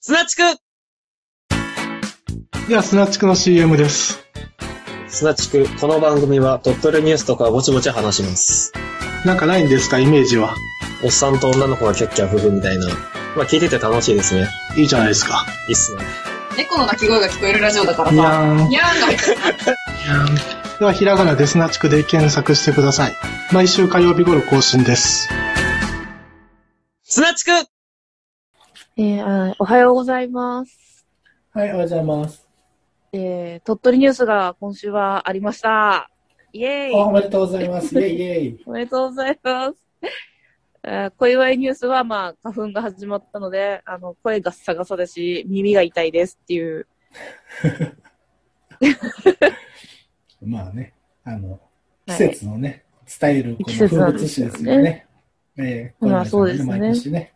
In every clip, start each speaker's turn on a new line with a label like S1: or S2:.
S1: すなちく
S2: では、スナチクの CM です。
S1: すなちく、この番組は鳥取ニュースとかぼちぼち話します。
S2: なんかないんですか、イメージは。
S1: おっさんと女の子がキャッキャ夫婦みたいな。まあ聞いてて楽しいですね。
S2: いいじゃないですか。
S1: いいっすね。
S3: 猫の鳴き声が聞こえるラジオだから
S2: に
S3: さ。
S2: ゃーん。
S3: にゃーんが入ってる
S2: では、ひらがなでスナチクで検索してください。毎週火曜日頃更新です。
S1: すなちく
S4: えーあおはようございます。
S5: はい、おはようございます。
S4: えー鳥取ニュースが今週はありました。イエーイ
S5: あおめでとうございます。イェイイェイ。
S4: おめでとうございます。えー小祝いニュースは、まあ、花粉が始まったので、あの、声がサガサだし、耳が痛いですっていう。
S5: まあね、あの、季
S4: はい
S5: 節のね、伝えるこ
S4: 季
S5: の
S4: 節な
S5: 風
S4: んですよね
S5: 物詩ですよね。ええ
S4: まあそうですね
S5: 毎年ね。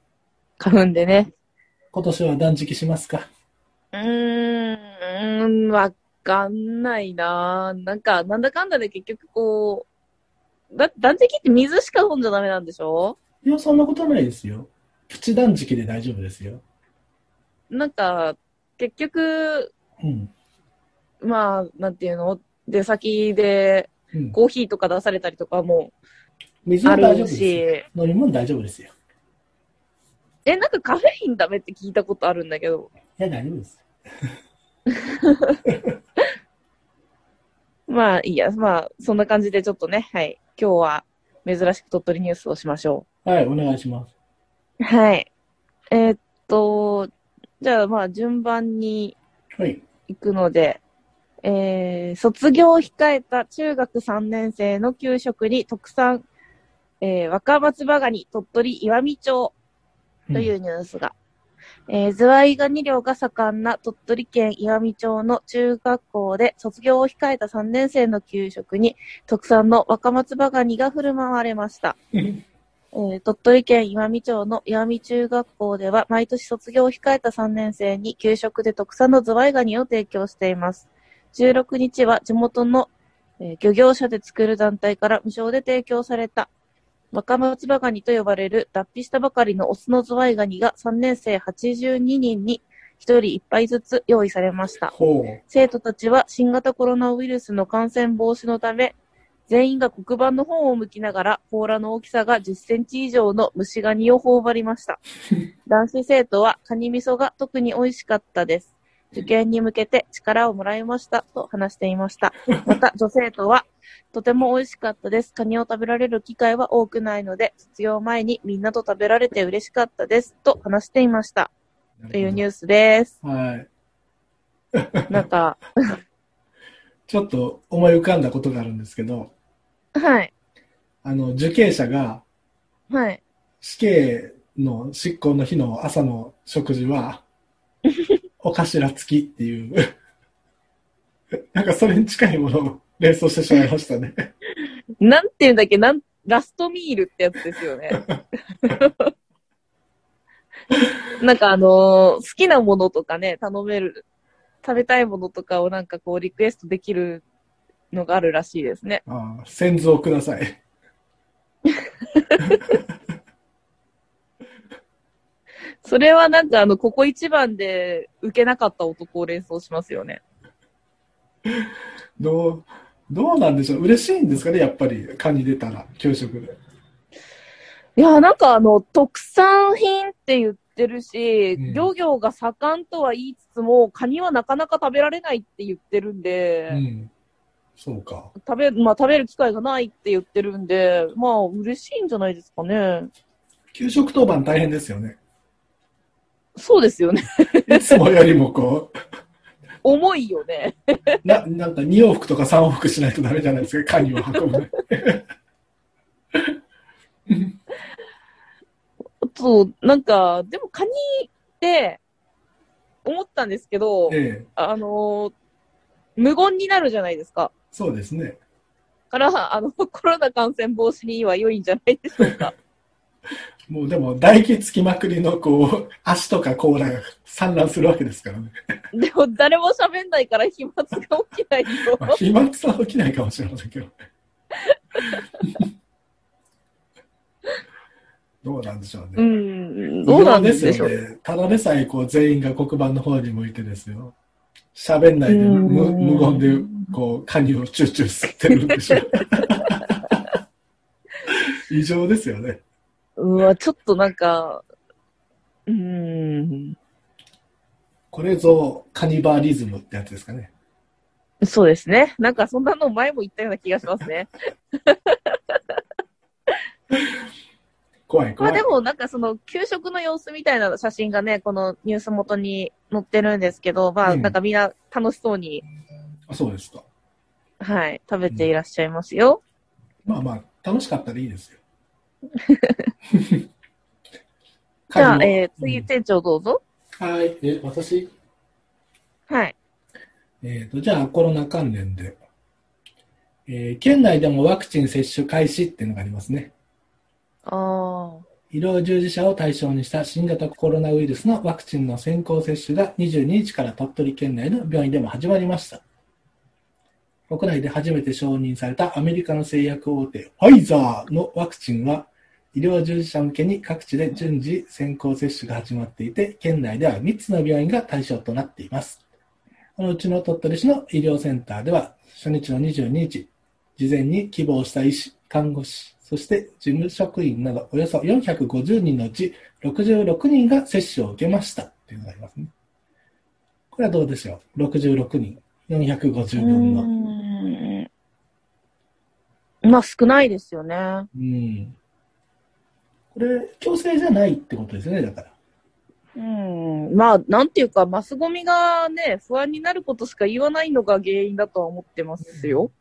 S4: 花粉でね。
S5: 今年は断食しますか。
S4: うーん、うーん、わかんないななんか、なんだかんだで結局こう、だ、断食って水しか飲んじゃダメなんでしょ
S5: いや、そんなことないですよ。プチ断食で大丈夫ですよ。
S4: なんか、結局、
S5: うん。
S4: まあ、なんていうの出先で
S5: うん、
S4: コーヒーとか出されたりとかも
S5: 水
S4: あ
S5: は大丈夫
S4: る
S5: ですよ。
S4: し、
S5: 飲み物大丈夫ですよ。
S4: え、なんかカフェインダメって聞いたことあるんだけど。
S5: いや、大丈夫です。
S4: まあ、いいや、まあ、そんな感じでちょっとね、はい。今日は珍しく鳥取ニュースをしましょ
S5: はい、お願いします。
S4: う。はい。えーっと、じゃあまあ、順番に
S5: はい。
S4: 行くので、えー、卒業を控えた中学3年生の給食に特産、えー、若松葉ガニ鳥取岩見町というニュースが。えーズワイガニ漁が盛んな鳥取県岩見町の中学校で卒業を控えた3年生の給食に特産の若松葉ガニが振る舞われました。
S5: うん。
S4: えー鳥取県岩見町の岩見中学校では毎年卒業を控えた3年生に給食で特産のズワイガニを提供しています。16日は地元の、えー漁業者で作る団体から無償で提供された若松葉ガニと呼ばれる脱皮したばかりのオスのズワイガニが3年生82人に1人1杯ずつ用意されました。
S5: ほう。
S4: 生徒たちは新型コロナウイルスの感染防止のため、全員が黒板の本を向きながら、甲羅の大きさが10センチ以上の虫ガニを頬張りました。男子生徒はカニ味噌が特に美味しかったです。受験に向けて力をもらいましたと話していました。また、女生徒は、とても美味しかったです。カニを食べられる機会は多くないので、卒業前にみんなと食べられて嬉しかったですと話していました。というニュースです。
S5: はい。
S4: なんか、
S5: ちょっと思い浮かんだことがあるんですけど、
S4: はい、
S5: あの、受刑者が
S4: はい。
S5: 死刑の執行の日の朝の食事は、お頭付きっていう、 なんかそれに近いものを連想してしまいましたね。
S4: なんていうんだっけなん、ラストミールってやつですよ ね。なんかあのー好きなものとかね、頼める、食べたいものとかをなんかこうリクエストできるのがあるらしいですね。
S5: ああ、先祖をください。
S4: それはなんかあの、ここ一番で受けなかった男を連想しますよね。
S5: どう、どうなんでしょう嬉しいんですかねやっぱり、カニ出たら、給食で。
S4: いや、なんかあの、特産品って言ってるし、
S5: うん
S4: 漁業が盛んとは言いつつも、カニはなかなか食べられないって言ってるんで、
S5: うん。そうか。
S4: 食べ、まあ、食べる機会がないって言ってるんで、まあ、嬉しいんじゃないですかね。
S5: 給食当番大変ですよね。
S4: そうですよね。
S5: いつもよりもこ
S4: 重いよね。
S5: う、 な、なんか2往復とか3往復しないとダメじゃないですか、カニを運ぶのに。
S4: あと、なんか、でもカニって、思ったんですけど
S5: え、え、
S4: あのー無言になるじゃないですか。
S5: そうですね。
S4: から、あの、 コロナ感染防止には良いんじゃないでしょう か。
S5: もうでも、唾液つきまくりの、こう、 足とか甲羅が散乱するわけですから ね。
S4: でも、誰も喋んないから飛沫が起きないよ。
S5: まあ、飛沫は起きない かもしれませんけど。どうなんでしょうね。
S4: うん、どうなんでしょ
S5: 微
S4: う。
S5: 妙すよね。ただでさえこう全員が黒板の方に向いてですよ。喋んないで
S4: うん
S5: 無無言でこうカニをチューチュー吸ってるんでしょ。 異常ですよね。
S4: うわ、ちょっとなんか、うーん、
S5: これぞカニバリズムってやつですかね。
S4: そうですね。なんかそんなの前も言ったような気がします ね。
S5: 怖い
S4: ま
S5: 怖
S4: あ
S5: い。
S4: でもなんかその給食の様子みたいな写真がね、このニュース元に載ってるんですけど、まあ
S5: うん
S4: なんかみんな楽しそうに、
S5: あそうですか。
S4: はい、食べていらっしゃいますよ。
S5: まあまあ、楽しかったらいいですよ。
S4: じゃあ、
S5: カニも
S4: えー、
S5: う
S4: 次
S5: ん
S4: 店長どうぞ。
S5: はい。え、私
S4: はい。
S5: えー、と、じゃあコロナ関連で。えー県内でもワクチン接種開始っていうのがありますね。
S4: あ
S5: 医療従事者を対象にした新型コロナウイルスのワクチンの先行接種が22日から鳥取県内の病院でも始まりました。国内で初めて承認されたアメリカの製薬大手ファイザーのワクチンは医療従事者向けに各地で順次先行接種が始まっていて、県内では3つの病院が対象となっています。このうちの鳥取市の医療センターでは、初日の22日、事前に希望した医師、看護師、そして事務職員などおよそ450人のうち66人が接種を受けましたっていうのがありますね。これはどうでしょう ?66 人、
S4: あ。
S5: 450
S4: う
S5: 分の。
S4: ーん。まあ少ないですよね。
S5: うん。これ、強制じゃないってことですよね、だから。
S4: うん。まあなんていうか、マスゴミがね、不安になることしか言わないのが原因だとは思ってますよ。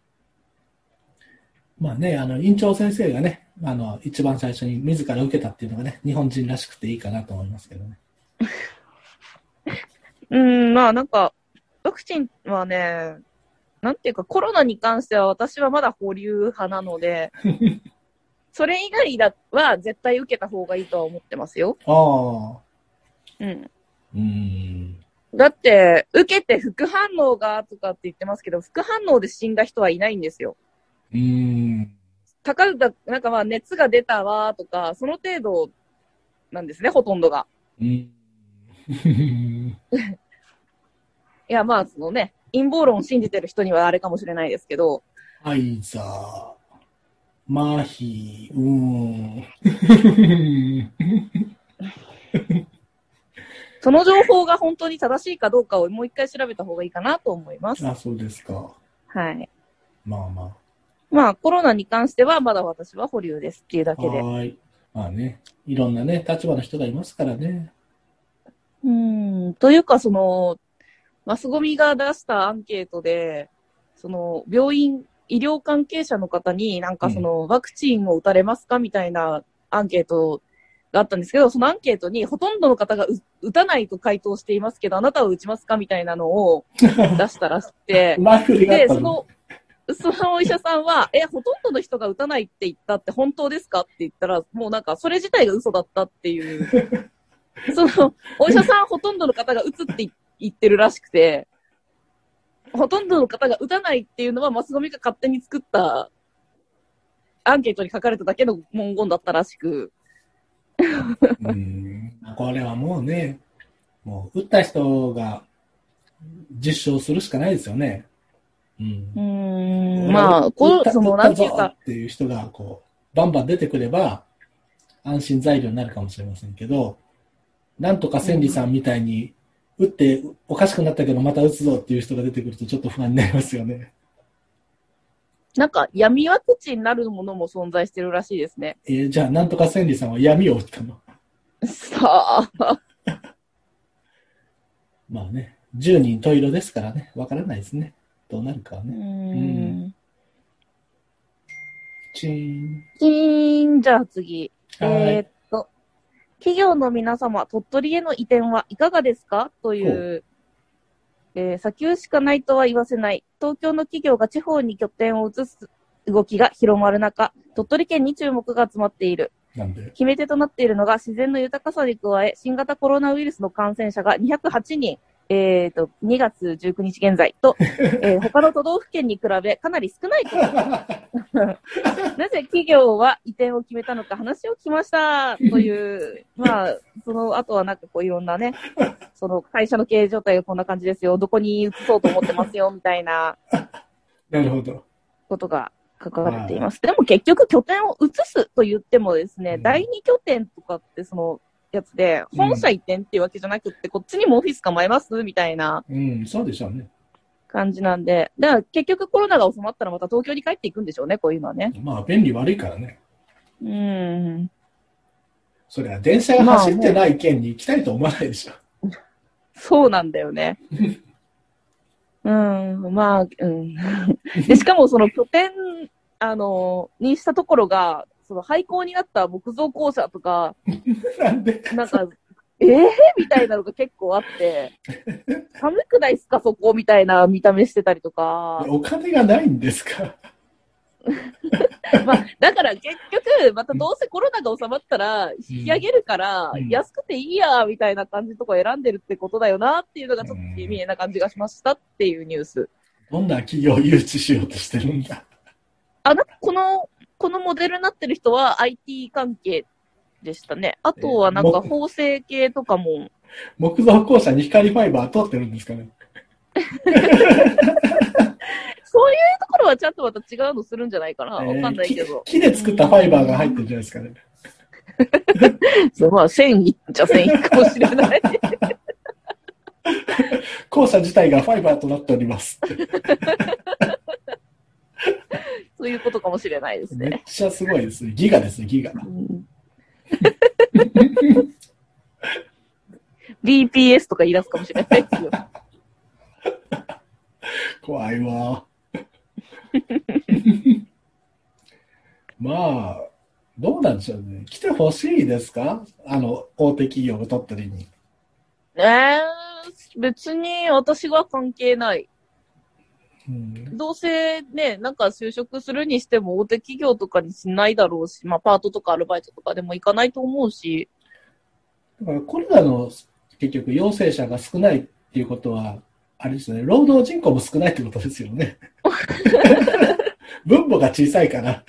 S5: まあね、あの、院長先生がね、あの、一番最初に自ら受けたっていうのがね、日本人らしくていいかなと思いますけどね。
S4: うん、まあなんか、ワクチンはね、なんていうかコロナに関しては私はまだ保留派なの で、それ以外だは絶対受けた方がいいとは思ってますよ。
S5: ああ。
S4: うん。
S5: うん。
S4: だって、受けて副反応がとかって言ってますけど、副反応で死んだ人はいないんですよ。
S5: うん。
S4: たかが、なんかまあ熱が出たわとか、その程度なんですね、ほとんどが。
S5: うん。
S4: いやまあそのね、陰謀論を信じてる人にはあれかもしれないですけど、
S5: アイザー、マヒ、うーん。
S4: その情報が本当に正しいかどうかをもう一回調べた方がいいかなと思います。
S5: あ、そうですか。
S4: はい。
S5: まあまあ。
S4: まあ、コロナに関してはまだ私は保留ですっていうだけで。
S5: はーい。まあね、いろんなね、立場の人がいますからね。
S4: うん。というか、その、マスゴミが出したアンケートで、その、病院、医療関係者の方になんかその、ワクチンを打たれますかみたいなアンケートがあったんですけど、そのアンケートにほとんどの方がう打たないと回答していますけど、あなたは打ちますかみたいなのを出したらしく て、
S5: 前振りがあっ
S4: で、
S5: た
S4: その、そのお医者さんは、え、ほとんどの人が打たないって言ったって本当ですかって言ったら、もうなんかそれ自体が嘘だったっていう。 その、お医者さんほとんどの方が打つって言ってるらしくて、ほとんどの方が打たないっていうのはマスゴミが勝手に作ったアンケートに書かれただけの文言だったらしく、
S5: うんこれはもうね、もう打った人が実証するしかないですよね。うん
S4: うーん、まあ、こ
S5: 打った
S4: の、その、な
S5: 打った
S4: んていう
S5: ぞ
S4: か、
S5: っていう人が、こう、バンバン出てくれば、安心材料になるかもしれませんけど、なんとか千里さんみたいに、打っておかしくなったけど、また打つぞっていう人が出てくると、ちょっと不安になりますよね。
S4: なんか闇ワクチンになるものも存在してるらしいですね。
S5: えーじゃあ、なんとか千里さんは闇を打ったの。
S4: さあ。
S5: まあね、10人十色ですからね、わからないですね。どうなるかは
S4: う
S5: ね。
S4: ーん
S5: チーン。
S4: キーン、じゃあ次。えー
S5: は
S4: っと、企業の皆様、鳥取への移転はいかがですかという、えー砂丘しかないとは言わせない、東京の企業が地方に拠点を移す動きが広まる中、鳥取県に注目が集まっている。
S5: い。なんで、
S4: 決め手となっているのが自然の豊かさに加え、新型コロナウイルスの感染者が208人、えっ、と、2月19日現在と、えー他の都道府県に比べかなり少ないこと。 なぜ企業は移転を決めたのか話を聞きました。という、まあ、その後はなんかこういろんなね、その会社の経営状態がこんな感じですよ。どこに移そうと思ってますよ、みたいな
S5: なるほど。
S4: ことが書かれています。でも結局拠点を移すと言ってもですね、
S5: うん
S4: 第二拠点とかってそのやつで、
S5: うん
S4: 本社移転っていうわけじゃなくって、こっちにもオフィス構えますみたいな
S5: うん、そうでしょうね。
S4: 感じなんで、だから結局コロナが収まったらまた東京に帰っていくんでしょうね、こういうのはね。
S5: まあ、便利悪いからね。
S4: うん。
S5: そりゃ、電車が走ってない県に行きたいと思わないでしょ。
S4: そうなんだよね。うん、まあ、うん。で、しかもその拠点、あの、にしたところが、その廃校になった木造校舎とか、
S5: なんで
S4: なんか、えー、みたいなのが結構あ って、寒くないっすか、そこみたいな見た目してたりとか。
S5: お金がないんですか。
S4: まあ、だから結局、またどうせコロナが収まったら、引き上げるから
S5: うん、
S4: 安くていいや、みたいな感じとか選んでるってことだよな、っていうのがちょっと地味な感じがしましたっていうニュース。
S5: どんな企業を誘致しようとしてるんだ。
S4: あ、なんかこの、このモデルになってる人は IT 関係でしたね。あとはなんか法制系とかも、
S5: 木造校舎に光ファイバー通ってるんですかね。
S4: そういうところはちゃんとまた違うのするんじゃないかな。わかんないけど。
S5: 木木で作ったファイバーが入ってるんじゃないですかね。
S4: そうまあ、線いっちゃ線いくかもしれ ない。
S5: 校舎自体がファイバーとなっておりますって。
S4: そういうことかもしれないです
S5: め
S4: ね。
S5: っちゃすごいですね。ギガですね、ギガ。
S4: BPS とか言い出すかもしれないですよ。
S5: 怖いわ。 まあ、どうなんでしょうね。来てほしいですかあの、大手企業を鳥取に。
S4: えー、別に私は関係ない。
S5: うん、
S4: どうせね、なんか就職するにしても大手企業とかにしないだろうし、まあパートとかアルバイトとかでも行かないと思うし、
S5: だからコロナの結局、陽性者が少ないっていうことは、あれですね、労働人口も少ないってことですよね。 分母が小さいから、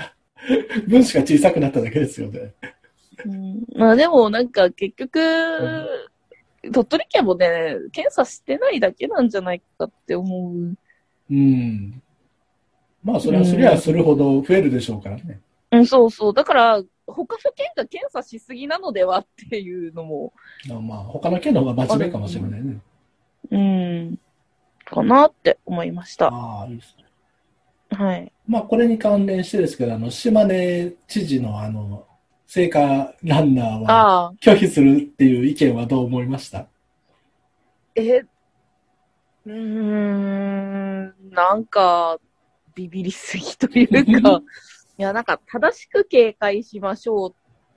S5: 分子が小さくなっただけですよね。
S4: うんまあでもなんか結局、鳥取県もね、検査してないだけなんじゃないかって思う。
S5: うん。まあ、それはすりゃするほど増えるでしょうからね。
S4: うん、そうそう。だから、他の県が検査しすぎなのではっていうのも、
S5: まあ、他の県の方が真面目かもしれないね。
S4: うん、かなって思いました。
S5: ああ、いいですね。
S4: はい。
S5: まあ、これに関連してですけど、あの、島根知事の、あの、聖火ランナーは
S4: ああ、
S5: 拒否するっていう意見はどう思いました
S4: え、うーん、なんか、ビビりすぎというか、いや、なんか、正しく警戒しましょう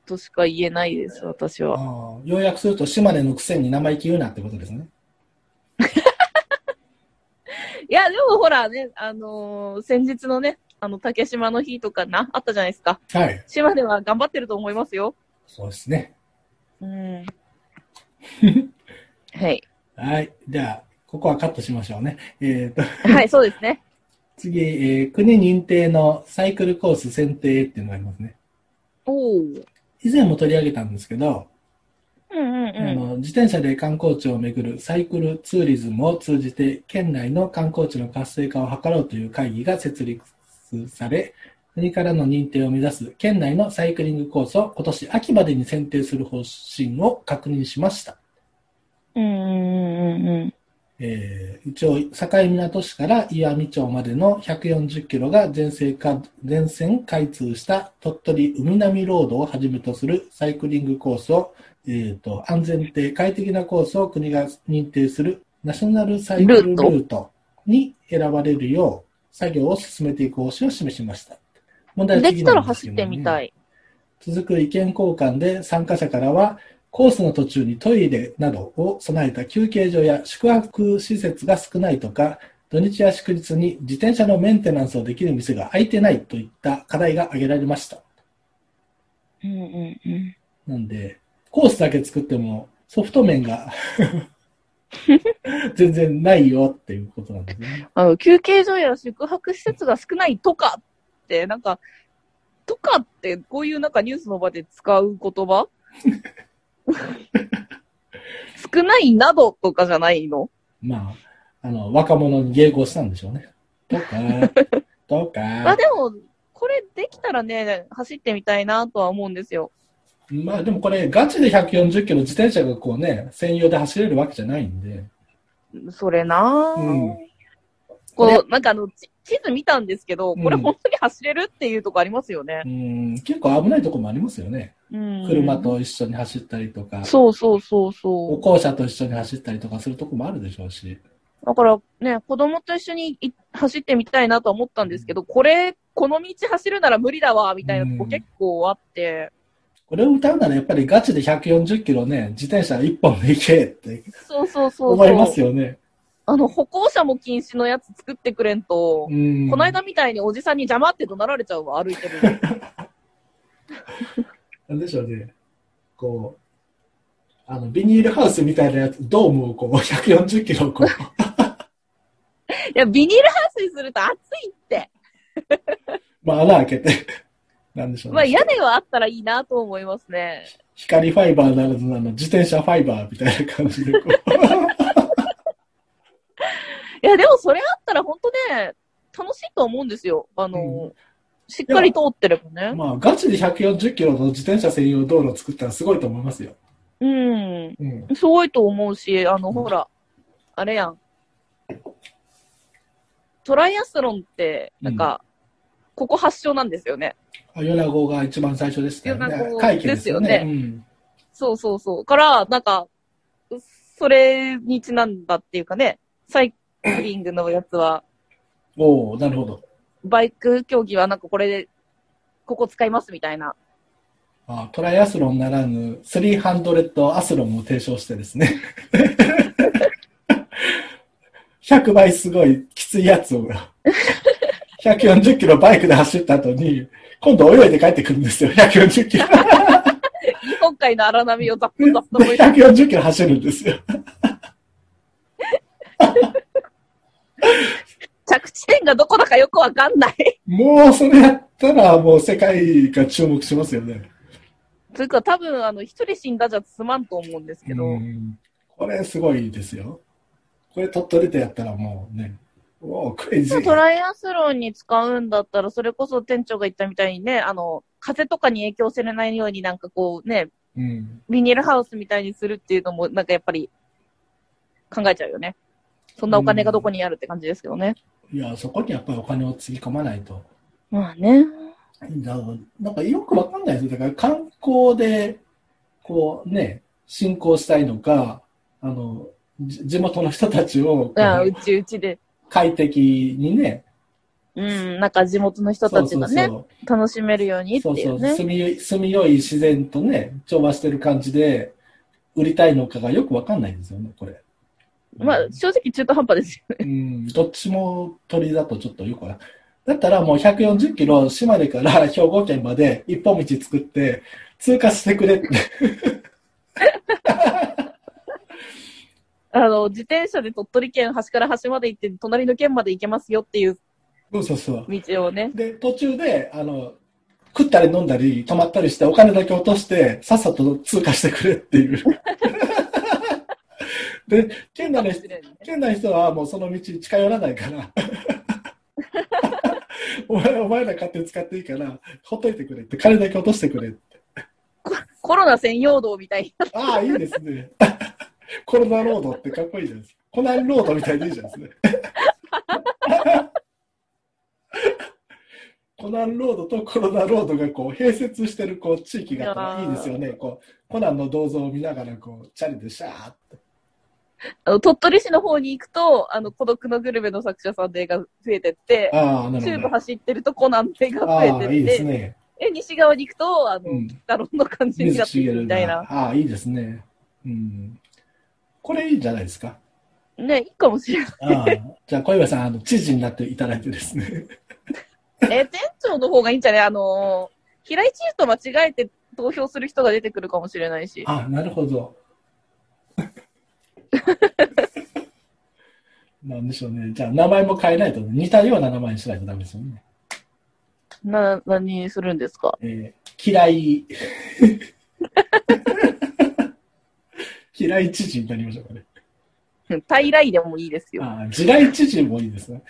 S4: としか言えないです、私は。
S5: ああ、要約すると島根のくせに生意気言うなってことですね。
S4: いや、でもほらね、あのー先日のね、あの、竹島の日とかな、あったじゃないですか。
S5: はい。
S4: 島根は頑張ってると思いますよ。
S5: そうですね。
S4: うん。はい。
S5: はい。じゃあ、ここはカットしましょうね。えっ、と、
S4: はい、そうですね。
S5: 次、えー国認定のサイクルコース選定っていうのがありますね。
S4: おー。
S5: 以前も取り上げたんですけど、
S4: うんうん
S5: あ
S4: うん。
S5: の自転車で観光地を巡るサイクルツーリズムを通じて県内の観光地の活性化を図ろうという会議が設立され国からの認定を目指す県内のサイクリングコースを今年秋までに選定する方針を確認しました、
S4: うんうんうんうん。
S5: えー一応境港市から岩見町までの140キロが全線か全線開通した鳥取海南ロードをはじめとするサイクリングコースをえー、と安全で快適なコースを国が認定するナショナルサイクルル
S4: ルート
S5: ートに選ばれるよう作業を進めていく方針を示しました。問題は
S4: で
S5: 次
S4: きた
S5: な
S4: ら
S5: んで
S4: 走
S5: すけ
S4: っ
S5: ど
S4: て
S5: ね
S4: みたい。
S5: 続く意見交換で参加者からはコースの途中にトイレなどを備えた休憩所や宿泊施設が少ないとか土日や祝日に自転車のメンテナンスをできる店が空いてないといった課題が挙げられました。
S4: うんうんうん。
S5: なんで、コースだけ作ってもソフト面が 全然ないよっていうことなんですね。
S4: あの、休憩所や宿泊施設が少ないとかって、なんか、とかって、こういうなんかニュースの場で使う言 葉少ないなどとかじゃないの
S5: まあ、あの、若者に迎合したんでしょうね。とか、と
S4: まあ
S5: か、
S4: でも、これできたらね、走ってみたいなとは思うんですよ。
S5: まあでもこれガチで140キロ自転車がこうね、専用で走れるわけじゃないんで、
S4: それなぁ、
S5: うん
S4: こう、なんかあの、ち地図見たんですけど、これ
S5: うん
S4: 本当に走れるっていうとこありますよね
S5: う。ん、結構危ないとこもありますよね。
S4: うん。
S5: 車。と一緒に走ったりとか、
S4: そうそうそう
S5: 歩
S4: そ
S5: 行者と一緒に走ったりとかするとこもあるでしょうし。
S4: う。だからね、子供と一緒にい走ってみたいなとは思ったんですけど、これ、この道走るなら無理だわ、みたいなと
S5: う
S4: こ
S5: ん
S4: 結構あって、
S5: これを歌うならやっぱりガチで140キロね、自転車一本で行けって
S4: そうそうそう
S5: 思います
S4: そう。
S5: よね。
S4: あの、歩行者も禁止のやつ作ってくれんと、
S5: うん。
S4: この間みたいにおじさんに邪魔って怒鳴られちゃうわ、歩いてるのに。
S5: なんでしょうね。こう、あの、ビニールハウスみたいなやつ、ドームをこう、140キロこう、
S4: いや、ビニールハウスにすると暑いって。
S5: まあ、穴開けて、なんでしょう
S4: まあ、
S5: ね。
S4: 屋根はあったらいいなと思いますね。
S5: 光ファイバーならず、あの、自転車ファイバーみたいな感じで、こ
S4: いや、でもそれあったら本当ね、楽しいと思うんですよ。あの、
S5: う
S4: しっかり通ってれば
S5: う、
S4: ね。
S5: まあ、ガチで140キロの自転車専用道路を作ったらすごいと思いますよ。
S4: うん。
S5: うん。
S4: すごいと思うし、あの、ほら、あれやん。トライアスロンって、なんか、ここ発祥なんですよね。
S5: あ米子が一番最初でしたよ
S4: 米
S5: ね。
S4: 子
S5: 会見ですよね。
S4: ですよ
S5: うん
S4: そうそうそう。から、なんか、それにちなんだっていうかね、サイクリングのやつは、
S5: おおなるほど。
S4: バイク競技はなんかこれで、ここ使いますみたいな。
S5: あトライアスロンならぬ、300アスロンを提唱してですね。100倍すごいきついやつを、140キロバイクで走った後に、今度泳いで帰ってくるんですよ、140キロ。
S4: 日本海の荒波をザップザップと思いながら
S5: 140キロ走るんですよ。
S4: 着地点がどこだかよくわかんない。
S5: もうそれやったら、もう世界が注目しますよね。
S4: というか多分、あの、一人死んだじゃつまんと思うんですけど、
S5: うんこれすごいですよ。これ鳥取でやったらもうね、おお、クレイジー。
S4: トライアスロンに使うんだったら、それこそ店長が言ったみたいにね、あの、風とかに影響されないようになんかこうね、
S5: うん
S4: ビニールハウスみたいにするっていうのも、なんかやっぱり、考えちゃうよね。そんなお金がどこにあるって感じですけどね。
S5: いや、そこにやっぱりお金をつぎ込まないと。
S4: まあね。
S5: だなんかよくわかんないですよ。だから観光で、こうね、進行したいのか、あの、じ地元の人たちをこう
S4: あうちうちで。
S5: 快適にね、
S4: うん、なんか地元の人たちがね、
S5: そう
S4: 楽しめるようにって
S5: そうそう
S4: い
S5: そうう
S4: ね。
S5: 住みよい、住みよい自然とね、調和してる感じで、売りたいのかがよくわかんないんですよね、これ。
S4: まあ、正直中途半端ですよね。
S5: うん、どっちも鳥だとちょっとよくわだったらもう140キロ島根から 兵庫県まで一本道作って通過してくれ って。
S4: あの、自転車で鳥取県端から端まで行って、隣の県まで行けますよっていう
S5: そうそうそう。
S4: 道をね。
S5: で、途中で、あの、食ったり飲んだり泊まったりしてお金だけ落としてさっさと通過してくれっ ていう。で、県内の人県内の人はもうその道近寄らないから。 お前お前ら勝手に使っていいから、ほっといてくれって、金だけ落としてくれって
S4: ココロナ専用道みたいな。
S5: ああ、いいですね。 コロナロードってかっこいいじゃないですか。コナンロードみたいでいいじゃないですか。 コナンロードとコロナロードがこう併設してるこう地域があったらいいですよね。こうコナンの銅像を見ながらこうチャリでシャーっと。
S4: あの、鳥取市の方に行くと、あの、孤独のグルメの作者さんでが増えてって、
S5: ああ、な
S4: 中
S5: る
S4: 部
S5: ほど。
S4: 走ってるとコナンでが
S5: あ
S4: 増え
S5: あ、いいで
S4: てっ
S5: す
S4: て、
S5: ね。
S4: え西側に行くと、あの、
S5: うん
S4: 北太郎の感じに
S5: 水
S4: なってい
S5: しげ
S4: く
S5: る
S4: みたいな。
S5: ああ、いいですね。うん。これいいんじゃないですか。
S4: ね、いいかもしれない。
S5: ああ じゃあ小岩さん、あの知事になっていただいてで すね。
S4: え、店長の方がいいんじゃないあのー平井知事と間違えて投票 する人が出てくるかもしれないし。
S5: ああ、なるほど。でしょうね。じゃあ、名前も変えないと、似たような名前にしないとダメですよね。
S4: な、何にするんですか
S5: えー嫌い。 嫌い知事になりましょうかね。
S4: 大来でもいいですよ。
S5: ああ、地雷知事もいいですね。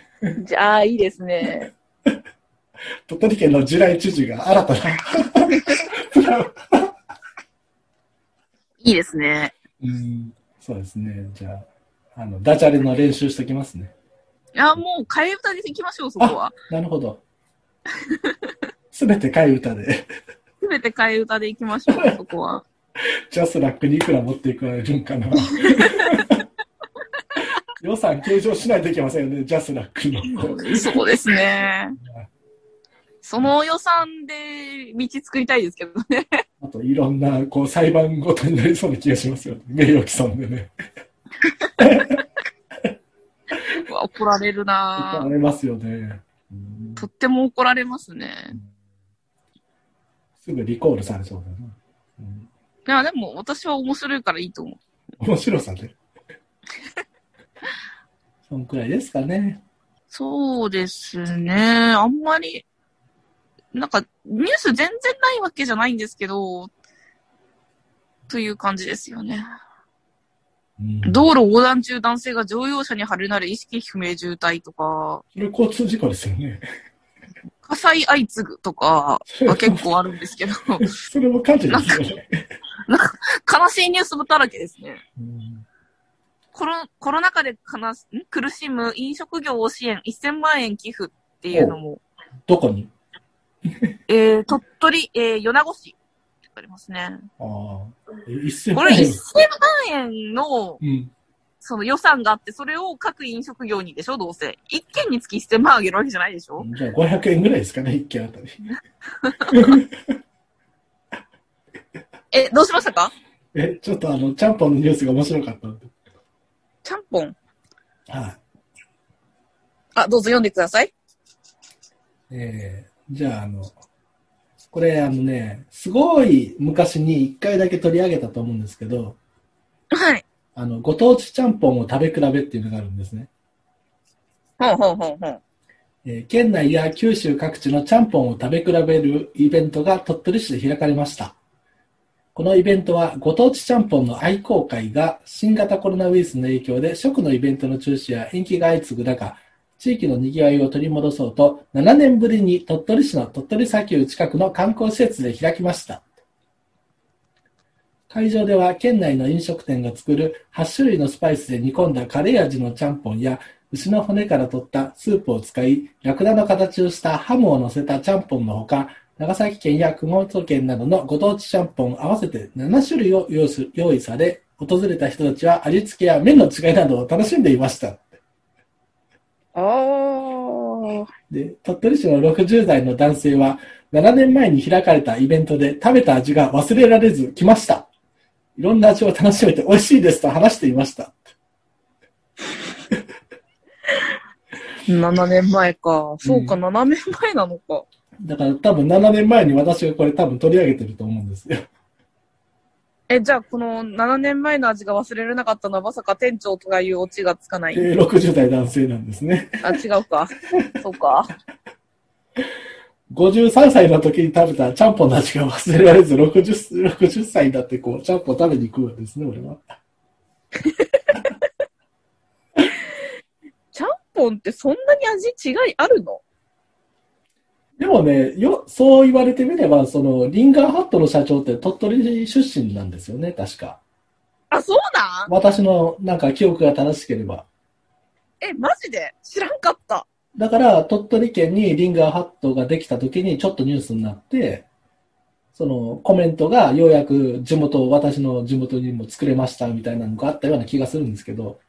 S4: じ ゃあ、いいですね。
S5: 鳥取県の地雷知事が新たな。
S4: いいですね。
S5: うん、そうですね。じゃあ、あの、ダジャレの練習しておきますね。
S4: いや、もう替え歌でいきましょう、そこは。
S5: なるほど。すべて替え歌で。
S4: すべて替え歌でいきましょう、そこ は。
S5: ジャスラックにいくら持っていかれるんかな。予算計上しないといけませんよね、ジャスラックの。
S4: そうですね。その予算で道作りたいですけどね。
S5: あと、いろんな、こう、裁判ごとになりそうな気がしますよね。名誉毀損でね。
S4: うわ怒られる
S5: 怒ら
S4: なぁ
S5: れますよね。うん
S4: とっても怒られますね。
S5: すぐリコールされそうだな。うん
S4: いや、でも私は面白いからいいと思う。
S5: 面白さで。そんくらいですかね。
S4: そうですね。あんまり、なんか、ニュース全然ないわけじゃないんですけど、という感じですよね。
S5: うん
S4: 道路横断中男性が乗用車にはれなれ意識不明重体とか、
S5: それ交通事故ですよね。
S4: 火災相次ぐとかが結構あるんですけど、
S5: それも火事ですよね。
S4: 悲しいニュースだらけですね。
S5: うん
S4: コロコロナ禍で悲しん苦しむ飲食業を支援1000万円寄付っていうのも、
S5: どこに
S4: えー、鳥取、えー、米子市って書いてますね。
S5: ああ。え1000
S4: こ
S5: 万
S4: れ
S5: 円
S4: 1000万円の
S5: うん。
S4: その予算があって、それを各飲食業にでしょ、どうせ。一件につき1000万あげるわけじゃないでしょ
S5: じゃあ500円ぐらいですかね、1件あたり。
S4: え、どうしましたか
S5: え、ちょっとあの、ちゃんぽんのニュースが面白かったので。
S4: ちゃんぽん。
S5: はい。
S4: あ、どうぞ読んでください。
S5: えーじゃあ、あの、これ、あのね、すごい昔に一回だけ取り上げたと思うんですけど、
S4: はい。
S5: あの、ご当地ちゃんぽんを食べ比べっていうのがあるんですね。
S4: ほうほうほうほう。
S5: えー県内や九州各地のちゃんぽんを食べ比べるイベントが鳥取市で開かれました。このイベントは、ご当地ちゃんぽんの愛好会が新型コロナウイルスの影響で食のイベントの中止や延期が相次ぐ中、地域の賑わいを取り戻そうと、7年ぶりに鳥取市の鳥取砂丘近くの観光施設で開きました。会場では県内の飲食店が作る8種類のスパイスで煮込んだカレー味のちゃんぽんや牛の骨から取ったスープを使い、ラクダの形をしたハムを乗せたちゃんぽんのほか、長崎県や熊本県などのご当地ちゃんぽん合わせて7種類を用意す用意され、訪れた人たちは味付けや麺の違いなどを楽しんでいました。
S4: あー。
S5: で鳥取市の60代の男性は7年前に開かれたイベントで食べた味が忘れられず来ましたいろんな味を楽しめて美味しいですと話していました
S4: 7年前か。そうか、7年前なのか。
S5: だから多分7年前に私がこれ多分取り上げてると思うんですよ
S4: え、じゃあ、この7年前の味が忘れられなかったのは、まさか店長とかいうオチがつかない。
S5: で60代男性なんですね
S4: あ、違う か。そうか。
S5: 53歳の時に食べたちゃんぽんの味が忘れられず 60, 60歳になってこうちゃんぽん食べに行くんですね俺は
S4: ちゃんぽんってそんなに味違いあるの
S5: でもねよそう言われてみればそのリンガーハットの社長って鳥取出身なんですよね確か
S4: あ、そうなん
S5: 私のなんか記憶が正しければ。
S4: え、マジで知らんかった。
S5: だから、鳥取県にリンガーハットができた時にちょっとニュースになって、そのコメントがようやく地元、私の地元にも作れましたみたいなのがあったような気がするんですけど、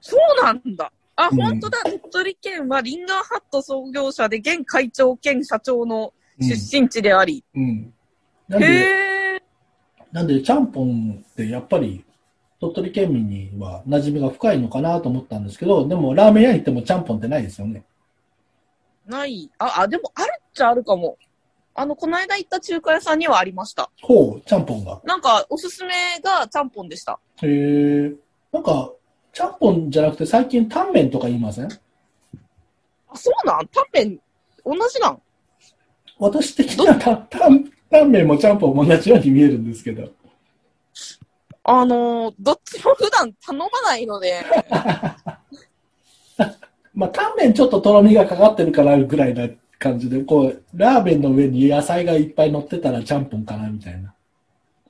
S4: そうなんだ。あ、
S5: うん
S4: 本当だ。鳥取県はリンガーハット創業者で、現会長兼社長の出身地であり。
S5: うん。なんで、
S4: へえ。
S5: なんで、ちゃんぽんってやっぱり鳥取県民には馴染みが深いのかなと思ったんですけど、でもラーメン屋行ってもちゃんぽんってないですよね。
S4: ない。あ、あ、でもあるっちゃあるかも。あの、この間行った中華屋さんにはありました。
S5: ほう、ちゃんぽんが。
S4: なんか、おすすめがちゃんぽんでした。
S5: へえ。なんか、ちゃんぽんじゃなくて最近タンメンとか言いません
S4: あ、そうなんタンメン、同じなん
S5: 私的にはタンタンタンメンもちゃんぽんも同じように見えるんですけど。
S4: あのーどっちも普段頼まないの で、
S5: まあ、タンメンちょっととろみがかかってるからぐらいな感じで、こう、ラーメンの上に野菜がいっぱい乗ってたらちゃんぽんかなみたいな。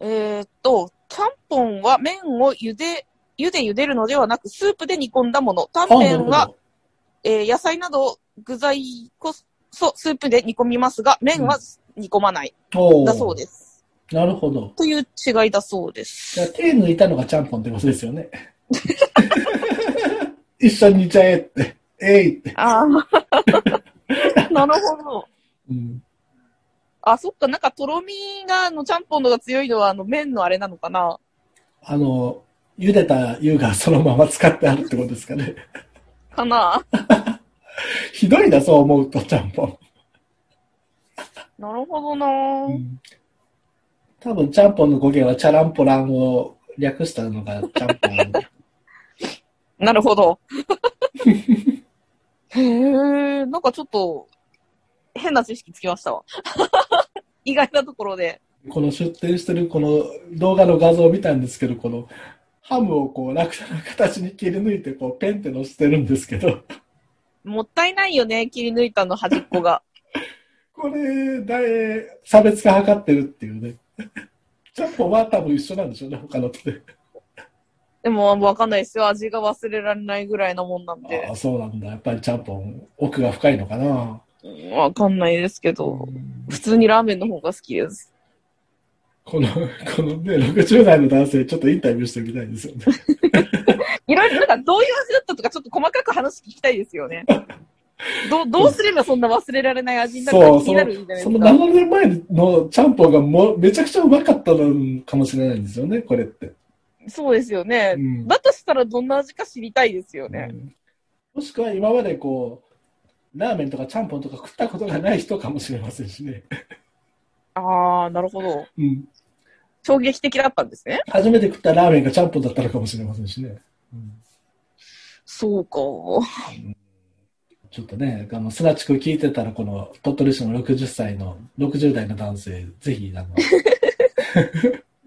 S4: えーっと、ちゃんぽんは麺を茹で、茹で茹でるのではなく、スープで煮込んだもの。タン
S5: あ
S4: メン
S5: なる
S4: は
S5: ほ、
S4: えー野菜など具材こそスープで煮込みますが、麺は煮込まない。
S5: どおー
S4: だそうです。
S5: なるほど。
S4: という違いだそうで
S5: じゃあ
S4: す。
S5: 手抜いたのがちゃんぽんってことですよね。一緒に煮ちゃえって。えいって。
S4: ああ、 なるほど。
S5: うん、
S4: あ、そっか、なんかとろみが、あの、ちゃんぽんのが強いのは、あの、麺のあれなのかな。
S5: あの、茹でた湯がそのまま使ってあるってことですかね。
S4: かな。
S5: ひどいな、そう思うと、ちゃんぽん。
S4: なるほどな、
S5: 多分、ちゃんぽんの語源は、チャランポランを略したのが、ちゃんぽん。
S4: なるほ ど。へえ、なんかちょっと、変な知識つきましたわ。 意外なところで。
S5: この出展してるこの動画の画像を見たんですけど、このハムをこう楽な形に切り抜いてこうペンってのしてるんですけど、
S4: もったいないよね、切り抜いたの端っこが。
S5: これ、誰、差別化図ってるっていうね。ちゃんぽんは多分一緒なんでしょうね、他のとね。
S4: でも、わかんないですよ。味が忘れられないぐらいなもんなん
S5: あ
S4: で。
S5: あ、そうなんだ。やっぱりちゃんぽん、奥が深いのかな。
S4: うんわかんないですけど、普通にラーメンの方が好きです。
S5: この、このね、60代の男性、ちょっとインタビューしてみたいですよね。
S4: いろいろ、なんかどういう味だったとか、ちょっと細かく話聞きたいですよね。どうどうすればそんな忘れられない味になるか
S5: そう、
S4: 気
S5: そ
S4: になるじゃな
S5: の
S4: い
S5: そ
S4: です
S5: の
S4: か。
S5: 7年前のちゃんぽんがもうめちゃくちゃうまかったのかもしれないんですよね、これって。
S4: そうですよね
S5: う。ん
S4: だとしたらどんな味か知りたいですよね。
S5: もしくは今までこうラーメンとかちゃんぽんとか食ったことがない人かもしれませんしね、
S4: ああ、なるほど。
S5: うん、
S4: 衝撃的だったんですね。
S5: 初めて食ったラーメンがちゃんぽんだったのかもしれませんしね、うん
S4: そうか。
S5: ちょっとねあの砂地区聞いてたらこの鳥取市の60歳の60代の男性ぜひあ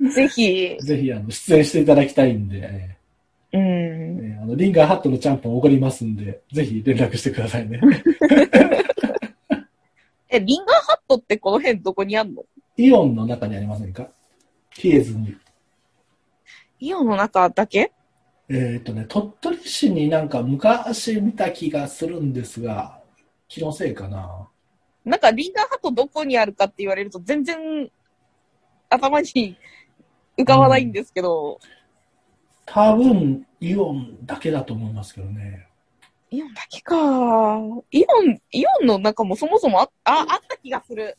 S5: の
S4: ぜひ、
S5: ぜひあの出演していただきたいんで、
S4: う
S5: え
S4: ん。
S5: ーあのリンガーハットのちゃんぽんおごりますんでぜひ連絡してくださいね
S4: え、リンガーハットってこの辺どこにあんの
S5: イオンの中にありませんか冷えずに
S4: イオンの中だけ
S5: えっ、とね、鳥取市になんか昔見た気がするんですが、気のせいかな。
S4: なんかリンガーハットどこにあるかって言われると全然頭に浮かばないんですけど、
S5: 多分、イオンだけだと思いますけどね。
S4: イオンだけか。イオン、イオンの中もそもそもあああった気がする。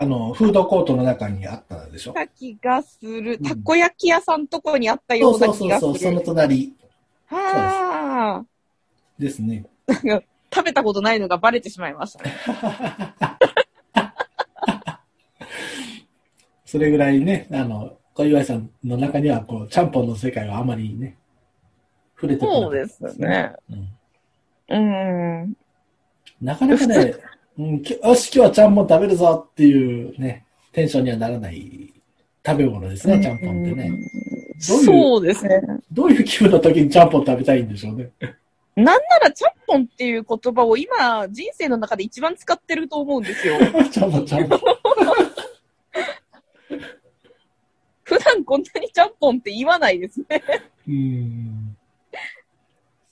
S5: あの、フードコートの中にあったでし
S4: あ
S5: ょ
S4: っ。た気がする。
S5: うん
S4: たこ焼き屋さんとこにあった
S5: そ
S4: よ
S5: う
S4: うな
S5: そうそ
S4: 気
S5: う
S4: が
S5: そう、
S4: す
S5: その
S4: る。
S5: 隣
S4: はあ。
S5: ですね。
S4: 食べたことないのがバレてしまいましたね。
S5: それぐらいね、あの、小岩井さんの中には、こう、ちゃんぽんの世界はあまりね、触れてこなか
S4: そ
S5: っ
S4: う
S5: た
S4: です。ね。
S5: うん
S4: うん。
S5: なかなか ね、うん、きよし、今日はちゃんぽん食べるぞっていうね、テンションにはならない食べ物ですね、ちゃんぽんってね。どういう
S4: そうですね。
S5: どういう気分の時にちゃんぽん食べたいんでしょうね。
S4: なんならちゃんぽんっていう言葉を今、人生の中で一番使ってると思うんですよ。
S5: ちゃんぽん、ちゃんぽん。
S4: 普段こんなにちゃんぽんって言わないですね。
S5: うん。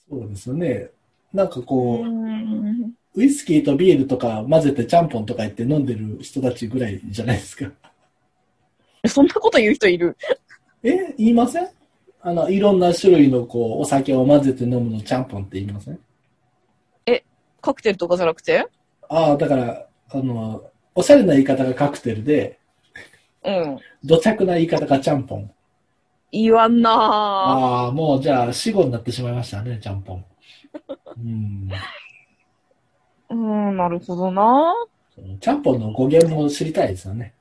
S5: そうですよね。なんかこう、
S4: ん。
S5: ウイスキーとビールとか混ぜてちゃんぽんとか言って飲んでる人たちぐらいじゃないですか。
S4: そんなこと言う人いる。
S5: え、言いませんあの、いろんな種類のこう、お酒を混ぜて飲むのちゃんぽんって言いません
S4: カクテルとかじゃなくて
S5: ああ、だから、あの、おしゃれな言い方がカクテルで、
S4: うん。
S5: 土着な言い方がちゃんぽん。
S4: 言わんなぁ。
S5: ああ、もうじゃあ死語になってしまいましたね、ちゃんぽん。うん。
S4: うん、なるほどなぁ。
S5: そのちゃんぽんの語源も知りたいですよね。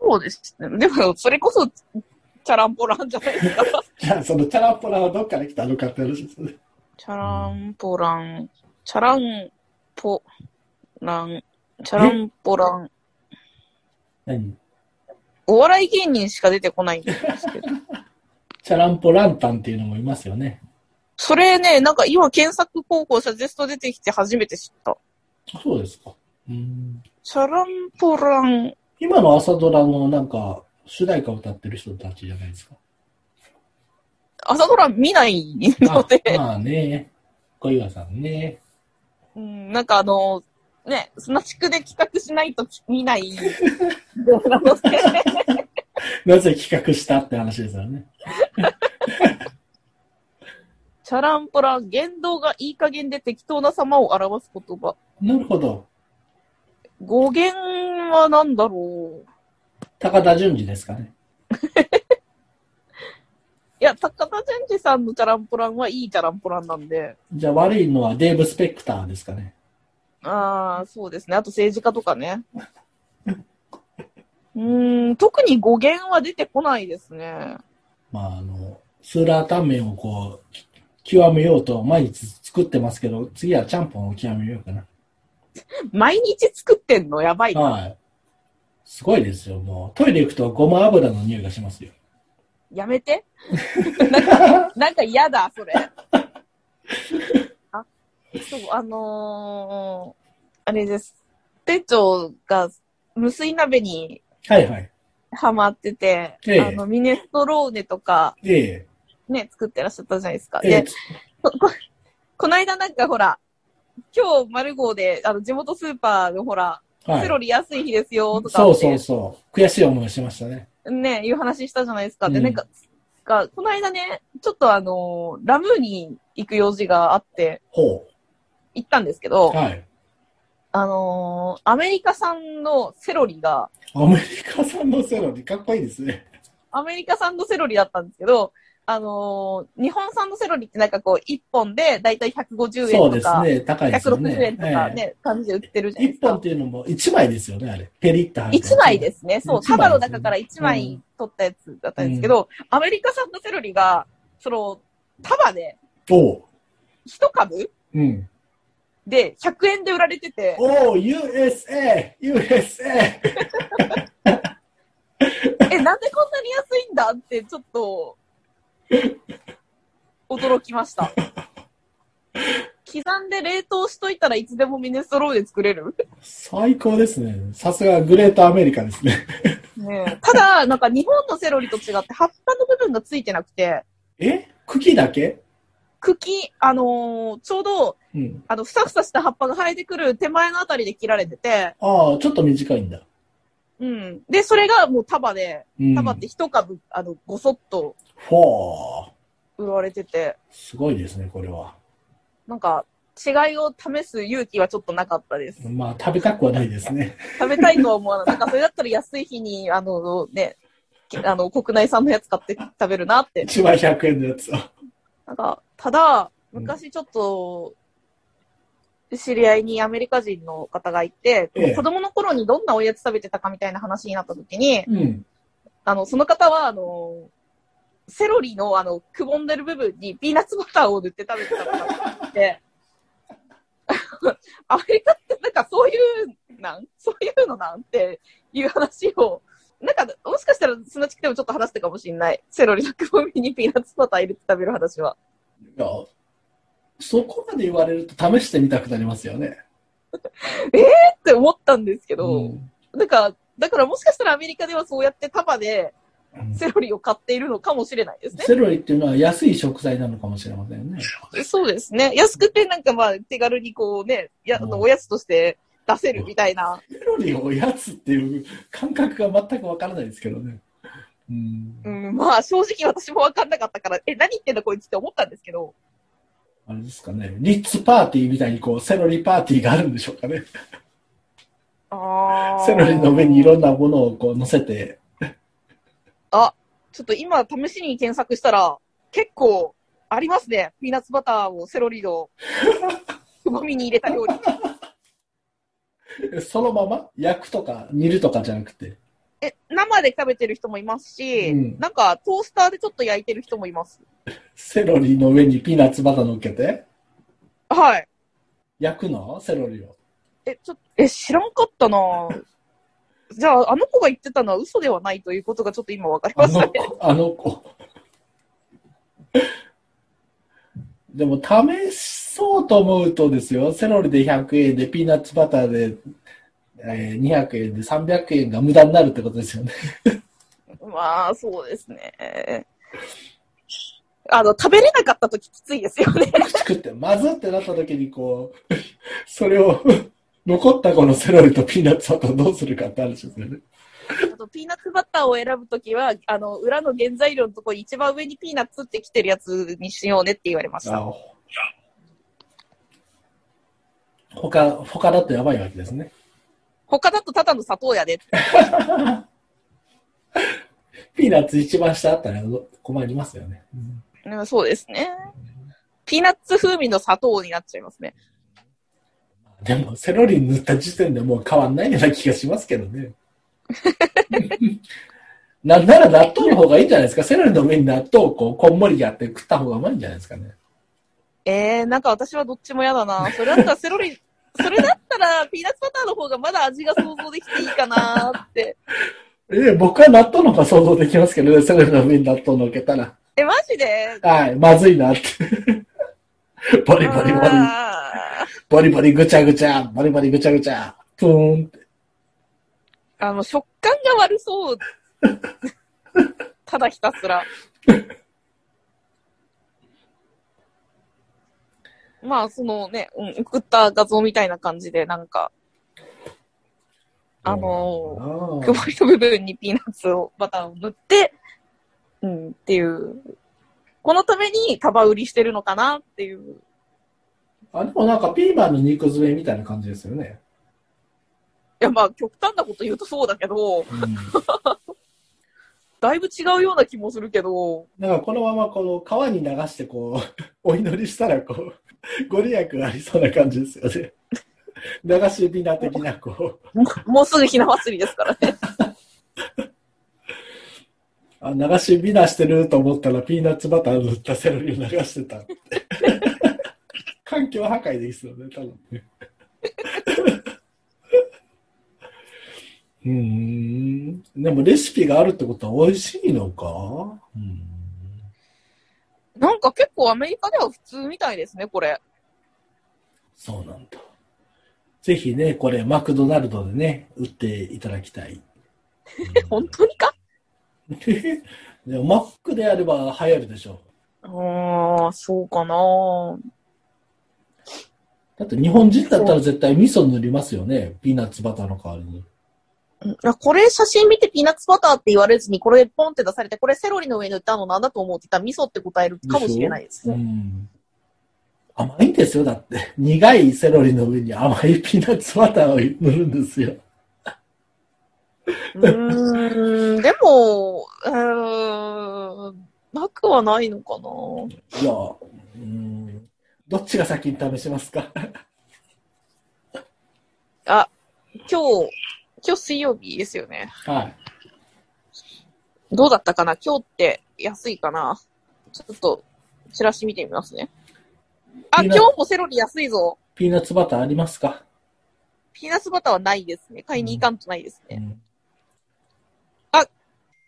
S4: そうですね。でも、それこそ、チャランポランじゃないですか。
S5: いや、そのチャランポラはどっから来たのかって話ですよね。
S4: チャランポラン、チャランポラン、チャランポラン。
S5: 何
S4: お笑い芸人しか出てこないんですけど。
S5: チャランポランタンっていうのもいますよね。
S4: それね、なんか今検索方法サジェスト出てきて初めて知った。
S5: あそうですか。うん
S4: チャランポラン、
S5: 今の朝ドラのなんか、主題歌歌ってる人たちじゃないですか。
S4: 朝ドラ見ないの
S5: あ
S4: で、
S5: まあね、小岩さんね。
S4: うん、なんかあの、ね、スナチクで企画しないと見 ない動画なので、
S5: なぜ企画したって話ですよね。
S4: チャランポラン、言動がいい加減で適当な様を表す言葉。
S5: なるほど。
S4: 語源は何だろう。
S5: 高田純次ですかね。
S4: いや、高田純次さんのチャランポランはいいチャランポランなんで、
S5: じゃあ悪いのはデーブ・スペクターですかね。
S4: ああ、そうですね。あと政治家とかね。うーん、特に語源は出てこないですね。
S5: まああの、スーラータンメンをこう、き極めようと毎日作ってますけど、次はちゃんぽんを極めようかな。
S4: 毎日作ってんのやばいな。
S5: はい。すごいですよ。もうトイレ行くとごま油の匂いがしますよ。
S4: やめて。 なんか、なんか嫌だ、それ。あ、そう、あのー、あれです。店長が無水鍋に
S5: はいはい。
S4: ハマってて、
S5: ええ
S4: あの、ミネストローネとか
S5: ええ。
S4: ね、作ってらっしゃったじゃないですか。
S5: ええ
S4: で、こここの間なんかほら、今日丸号で、あの、地元スーパーのほら、
S5: はい
S4: セロリ安い日ですよ、とか
S5: そう
S4: って、
S5: そうそう。悔しい思いをしましたね。
S4: ね、いう話したじゃないですか。で、
S5: うん
S4: なんか、がこの間ね、ちょっとあのーラムーに行く用事があって、
S5: ほ
S4: 行ったんですけ
S5: う。
S4: ど、
S5: はい。
S4: あのーアメリカ産のセロリが、
S5: アメリカ産のセロリ、かっこいいですね。
S4: アメリカ産のセロリだったんですけど、あのー日本産のセロリってなんかこう、1本でだいたい150
S5: そう
S4: 円と
S5: です
S4: か、
S5: ね。高いですよね。
S4: 160円とか
S5: え
S4: ね、感じで売ってるじゃな
S5: え。
S4: いです
S5: 一本
S4: か
S5: っ。ていうのも一枚ですよね、あれ。ペリッと入って。
S4: 1枚ですね。そう、
S5: 一枚
S4: 束の中から1
S5: う
S4: 枚
S5: ん
S4: 取ったやつだったんですけど、アメリカ産のセロリが、その、束で、
S5: おう。
S4: 1株
S5: うん。
S4: で100円で売られてて、
S5: おう、USA! USA!
S4: え、なんでこんなに安いんだって、ちょっと、驚きま した。刻んで冷凍しといたらいつでもミネストローで作れる
S5: 最高ですね。さすがグレートアメリカですね。
S4: ねえただ、なんか日本のセロリと違って葉っぱの部分がついてなくて、
S5: え茎だけ
S4: 茎、あのーちょうど、
S5: うん。
S4: あの、ふさふさした葉っぱが生えてくる手前のあたりで切られてて、
S5: ああ、ちょっと短いんだ。
S4: うん。で、それがもう束で、
S5: うん。
S4: 束って一株、あの、ごそっと
S5: ほう。
S4: 売られてて、
S5: すごいですね、これは。
S4: なんか、違いを試す勇気はちょっとなかったです。
S5: まあ、食べたくはないです ね。
S4: 食べたいとは思わない。なんか、それだったら安い日に、あの、ね、あの、国内産のやつ買って食べるなって。
S5: 一枚100円のやつを。
S4: なんか、ただ、昔ちょっと、知り合いにアメリカ人の方がいて、
S5: ええ
S4: 子供の頃にどんなおやつ食べてたかみたいな話になった時に、
S5: うん。
S4: あの、その方は、あの、セロリの、あの、くぼんでる部分にピーナッツバターを塗って食べてたことがあって、 アメリカってなんかそういう、なんそういうのなんっていう話を、なんか、もしかしたら砂地区でもちょっと話したかもしれない。セロリのくぼみにピーナッツバター入れて食べる話は。
S5: いやそこまで言われると試してみたくなりますよね。
S4: って思ったんですけ
S5: う
S4: ど、
S5: ん
S4: なんか、だからもしかしたらアメリカではそうやって束で
S5: うん
S4: セロリを買っているのかもしれないですね。
S5: セロリっていうのは安い食材なのかもしれませんね。
S4: そうですね。安くてなんかまあ手軽にこうね、やあ
S5: う
S4: の
S5: ん
S4: おやつとして出せるみたいな。
S5: セロリをおやつっていう感覚が全くわからないですけどね。うん
S4: うん、まあ正直私もわかんなかったから、え、何言ってんだこいつって思ったんですけど、
S5: あれですかね。リッツパーティーみたいにこう、セロリパーティーがあるんでしょうかね。セロリの上にいろんなものをこう乗せて、
S4: ちょっと今試しに検索したら結構ありますね。ピーナッツバターをセロリ のくぼみに入れた料理。
S5: そのまま焼くとか煮るとかじゃなくて。
S4: え、生で食べてる人もいますし、
S5: うん
S4: なんかトースターでちょっと焼いてる人もいます。
S5: セロリの上にピーナッツバター乗っけて、
S4: はい。
S5: 焼くのセロリを。
S4: え、ちょっと、え、知らんかったなぁじゃあ、あの子が言ってたのは嘘ではないということがちょっと今わかりま
S5: あ
S4: した
S5: の
S4: ね。
S5: 子、あの子。でも試そうと思うとですよ、セロリで100円で、ピーナッツバターで、えー200円で300円が無駄になるってことですよね。
S4: まあ、そうですね。あの、食べれなかったとききついですよね。
S5: 口食って、まずってなった時にこう、それを、残ったこのセロリとピーナッツバターどうするかって話ですよね。
S4: あと、ピーナッツバターを選ぶときは、あの、裏の原材料のところ一番上にピーナッツってきてるやつにしようねって言われまし
S5: あ
S4: た。
S5: 他、他だとやばいわけですね。
S4: 他だとただの砂糖やで。
S5: ピーナッツ一番下あったら困りますよね。
S4: うん、そうですね。ピーナッツ風味の砂糖になっちゃいますね。
S5: でも、セロリ塗った時点でもう変わんないような気がしますけど ね。なんなら納豆の方がいいんじゃないですか。セロリの上に納豆をこう、こんもりやって食った方がうまいんじゃないですかね。
S4: えー、なんか私はどっちも嫌だな。それだったらセロ リ、それだったらピーナッツバターの方がまだ味が想像できていいかなーって。
S5: え僕は納豆の方が想像できますけどね、セロリの上に納豆乗っけたら。
S4: え、マジで
S5: はい、まずいなって。 バリバリバリ。
S4: あー
S5: バリバリぐちゃぐちゃ、バリバリぐちゃぐちゃ、プーンって。
S4: あの、食感が悪そう。ただひたすら。まあ、そのね、うん、送った画像みたいな感じで、なんか、あのー
S5: の
S4: 曇りの部分にピーナッツを、バターを塗って、うん、っていう。このために束売りしてるのかなっていう。
S5: あ、でもなんかピーマンの肉詰めみたいな感じですよね。
S4: いや、まあ、極端なこと言うとそうだけど、
S5: うん、
S4: だいぶ違うような気もするけど、
S5: なんかこのままこの川に流してこう、 お祈りしたらこう、 ご利益ありそうな感じですよね。 流しビナ的なこう、
S4: ももうすぐひな祭りですからね。
S5: あ流しビナしてると思ったらピーナッツバター塗ったセロリを流してたって。 環境破壊ですよね、多分ね。 うーん。でもレシピがあるってことは美味しいのかうん。
S4: なんか結構アメリカでは普通みたいですね、これ。
S5: そうなんだ。ぜひね、これマクドナルドでね、売っていただきたい。
S4: 本当にか
S5: でもマックであれば流行るでしょ
S4: ああ、そうかな。
S5: だって日本人だったら絶対味噌塗りますよね。ピーナッツバターの代わりに。
S4: うんあこれ写真見てピーナッツバターって言われずに、これポンって出されて、これセロリの上に塗ったのなんだと思うって言ったら味噌って答えるかもしれないです
S5: う
S4: ね。
S5: ん。甘いんですよ、だって。苦いセロリの上に甘いピーナッツバターを塗るんですよ。
S4: うーん、でも、うーん、なくはないのかな。
S5: いや、うん。どっちが先に試しますか
S4: あ、今日、今日水曜日ですよね。
S5: はい。
S4: どうだったかな今日って安いかなちょっと、チラシ見てみますね。あ、
S5: ピ
S4: 今
S5: ーナッツ
S4: 日もセロリ安いぞ。
S5: ピーナッツバターありますか、
S4: ピーナッツバターはないですね。買いに行かんとないです
S5: う
S4: ね。
S5: ん、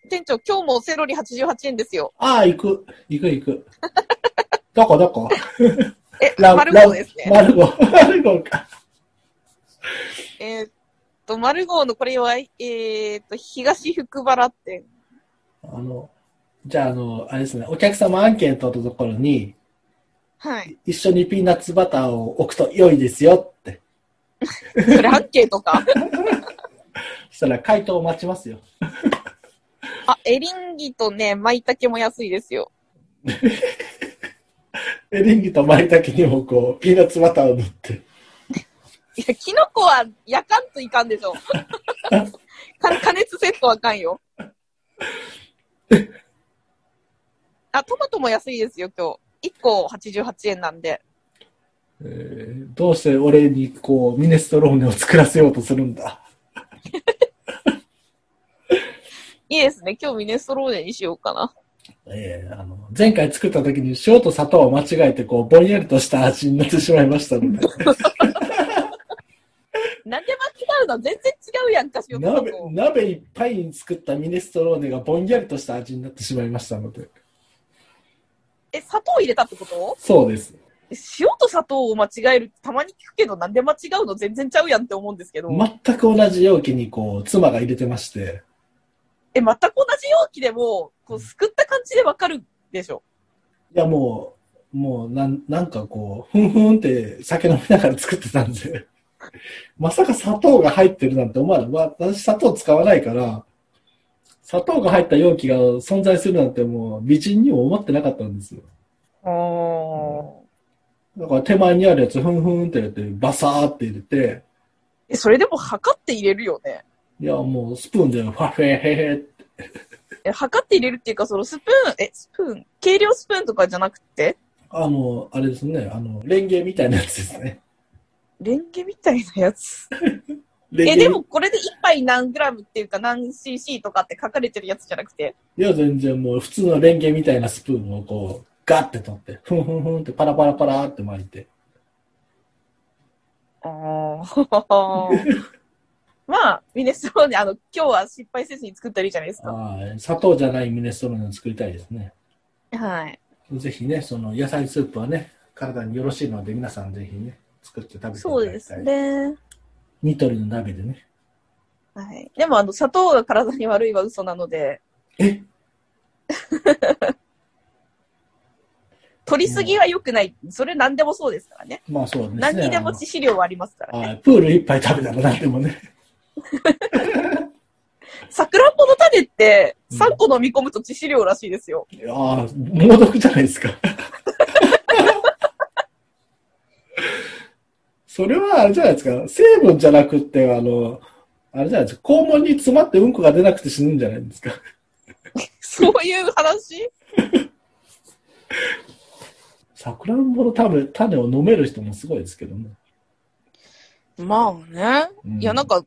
S4: 店長、今日もセロリ88円ですよ。
S5: ああ、行く。行く行く。どこ どこ
S4: え、
S5: ラ
S4: マルゴーですね。
S5: ラマルゴー。 マルゴーか。
S4: えーっと、マルゴーのこれは、えーっと、東福原店。
S5: あの、じゃあ、あの、あれですね、お客様アンケートのところに、
S4: はい。
S5: 一緒にピーナッツバターを置くと良いですよって。
S4: それアンケートか。
S5: そしたら回答を待ちますよ。
S4: あ、エリンギとね、舞茸も安いですよ。
S5: エリンギとマイタケにもこう、ピーナッツバターを塗って。
S4: いや、キノコは焼かんといかんでしょ。 か加熱セットはあかんよ。あ、トマトも安いですよ、今日。1個88円なんで。
S5: えーどうして俺にこう、ミネストローネを作らせようとするんだ。
S4: いいですね。今日ミネストローネにしようかな。
S5: えーあの前回作った時に塩と砂糖を間違えてこうぼんやりとした味になってしまいましたので
S4: なんで間違うの全然違うやんか、塩と砂
S5: 鍋
S4: 糖。
S5: 鍋いっぱいに作ったミネストローネがぼんやりとした味になってしまいましたので
S4: え、砂糖入れたってこと
S5: そうです
S4: 塩と砂糖を間違えるってたまに聞くけど、なんで間違うの全然ちゃうやんって思うんですけど。
S5: 全く同じ容器にこう妻が入れてまして
S4: え、全く同じ容器でも、こう、すくった感じでわかるでしょ。
S5: いやもうもうなんなんかこうふんふんって酒飲みながら作ってたんで まさか砂糖が入ってるなんて思わない私砂糖使わないから砂糖が入った容器が存在するなんてもう微塵にも思ってなかったんですよ
S4: あー。
S5: だから手前にあるやつ、ふんふんってやって、バサーって入れて、
S4: え、それでも測って入れるよね。
S5: いや、もうスプーンで、ファフェヘヘって、
S4: え、測って入れるっていうか、そのスプーン、え、スプーン、計量スプーンとかじゃなくて、
S5: あの、あれですね、あの、レンゲみたいなやつですね。
S4: レンゲみたいなやつ。
S5: レンゲ
S4: え、でもこれで一杯何グラムっていうか何 cc とかって書かれてるやつじゃなくて、
S5: いや、全然もう普通のレンゲみたいなスプーンをこう、ガッて取って、ふんふんふんってパラパラパラって巻いて。
S4: あー まあ、ミネストローネ、あの、今日は失敗せずに作ったらいいじゃないですか。
S5: ああ、砂糖じゃないミネストローネを作りたいですね。
S4: はい。
S5: ぜひね、その野菜スープはね、体によろしいので皆さんぜひね、作って食べていた
S4: そう
S5: だ
S4: で
S5: きた
S4: す
S5: い。
S4: ね。
S5: ニトリの鍋でね。
S4: はい。でも、あの、砂糖が体に悪いは嘘なので、
S5: え
S4: 取りすぎは良くない。それ何でもそうですからね。
S5: まあそうですね。
S4: 何にで
S5: あ
S4: も
S5: の
S4: 致死量はありますからね。
S5: はい、プール一杯食べたらなんでもね。
S4: さくらんぼの種って
S5: うん
S4: 3個飲み込むと致死量らしいですよ。
S5: ああ、猛毒じゃないですか。 それはあれじゃないですか。成分じゃなくって、あの、あれじゃないですか。肛門に詰まってうんこが出なくて死ぬんじゃないですか。
S4: そういう話
S5: さくらんぼの種種を飲める人もすごいですけどね。
S4: まあね。
S5: うん
S4: いや、なんか、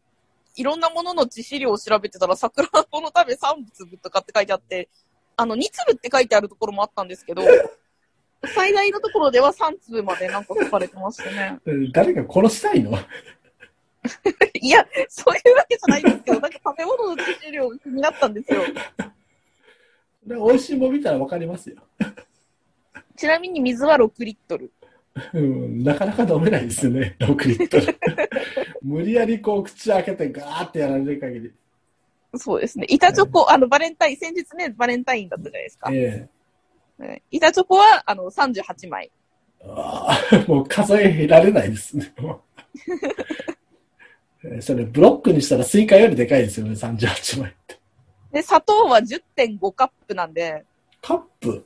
S4: いろんなものの致死量を調べてたら、さくらんぼの種3粒とかって書いてあって、あの、2粒って書いてあるところもあったん ですけど、最大のところでは3粒までなんか書かれてましたね。
S5: 誰か殺したいの
S4: いや、そういうわけじゃないんですけど、なんか食べ物の致死量が気になったんですよ。
S5: で美味しいもん見たらわかりますよ。
S4: ちなみに水は6リットル。
S5: うん、なかなか飲めないですね。6リットル。無理やりこう口開けてガーってやられる限り。
S4: そうですね。板チョコ、あの、バレンタイン、先日ね、バレンタインだったじゃないですか。
S5: ええ
S4: はい板チョコは、あの、38枚。
S5: ああ、 もう数えられないですね。 もうえーそれブロックにしたらスイカよりでかいですよね、38枚って。
S4: で、砂糖は10.5カップなんで、
S5: カップ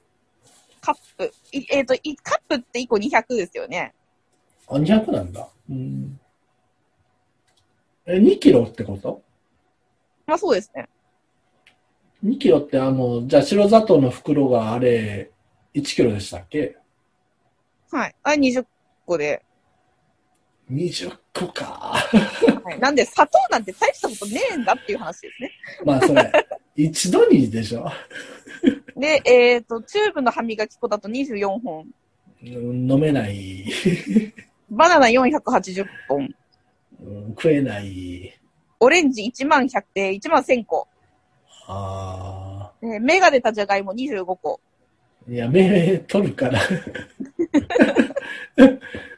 S4: カップ。いえっ、と、いカップって1個200ですよね。
S5: あ、200なんだ。うん。え、2キロってこと
S4: まあそうですね。
S5: ?2 キロってあの、じゃあ白砂糖の袋があれ、1キロでしたっけ
S4: はい。あれ20個で。
S5: ?20 個か。
S4: はい、なんで、砂糖なんて大したことねえんだっていう話ですね。
S5: まあそれ、一度にでしょ。
S4: で、えっ、と、チューブの歯磨き粉だと24本。
S5: うん飲めない。
S4: バナナ480本。
S5: うん食えない。
S4: オレンジ1万100、えー、1万1000個。
S5: あ
S4: えー芽が出たじゃがいも25個。
S5: あ。いや、目取るから。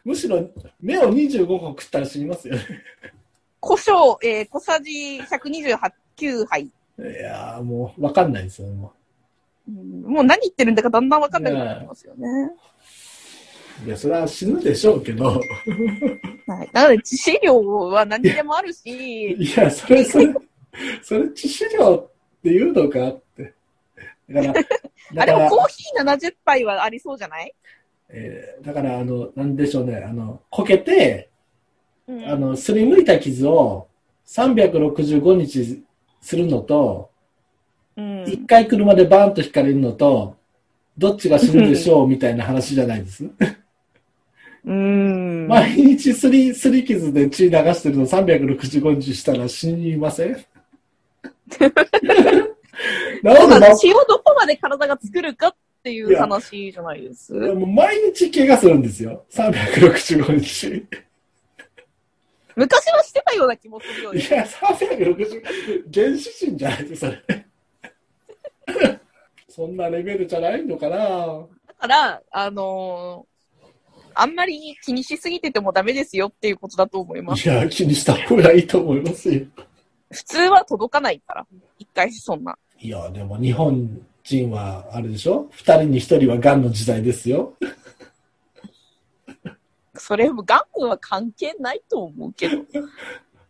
S5: むしろ、目を25個食ったら死にますよ。
S4: 胡椒、えー、小さじ129杯。
S5: いやー、もう、わかんないですよ、も
S4: うんもう何言ってるんだかだんだんわかんなくなってますよね。
S5: う。いや、それは死ぬでしょうけど。
S4: はい。なので、致死量は何でもあるし、
S5: いや、それ、それ、それ、致死量っていうのかって。だ から、
S4: あ、
S5: だ
S4: で
S5: か
S4: も
S5: ら、
S4: コーヒー70杯はありそうじゃない
S5: えーだから、あの、なんでしょうね、あの、こけて、
S4: うん。
S5: あの、すりむいた傷を365日するのと、
S4: うん。
S5: 一回車でバーンと引かれるのと、どっちが死ぬでしょうみたいな話じゃないです。
S4: うん。
S5: 毎日すり、すり傷で血流してるの365日したら死にませんなんでな
S4: 血をどこまで体が作るかっていう話じゃないです。
S5: もう毎日怪我するんですよ。365日。
S4: 昔はしてたような気もするよね。
S5: いや、360、原始人じゃないです、それ。 そんなレベルじゃないのかな
S4: だから、あのーあんまり気にしすぎててもダメですよっていうことだと思います。
S5: いや、気にした方がいいと思いますよ。
S4: 普通は届かないから。一回そんな。
S5: いや、でも日本人は、あれでしょ二人に一人は癌の時代ですよ。
S4: それも頑固は関係ないと思うけど。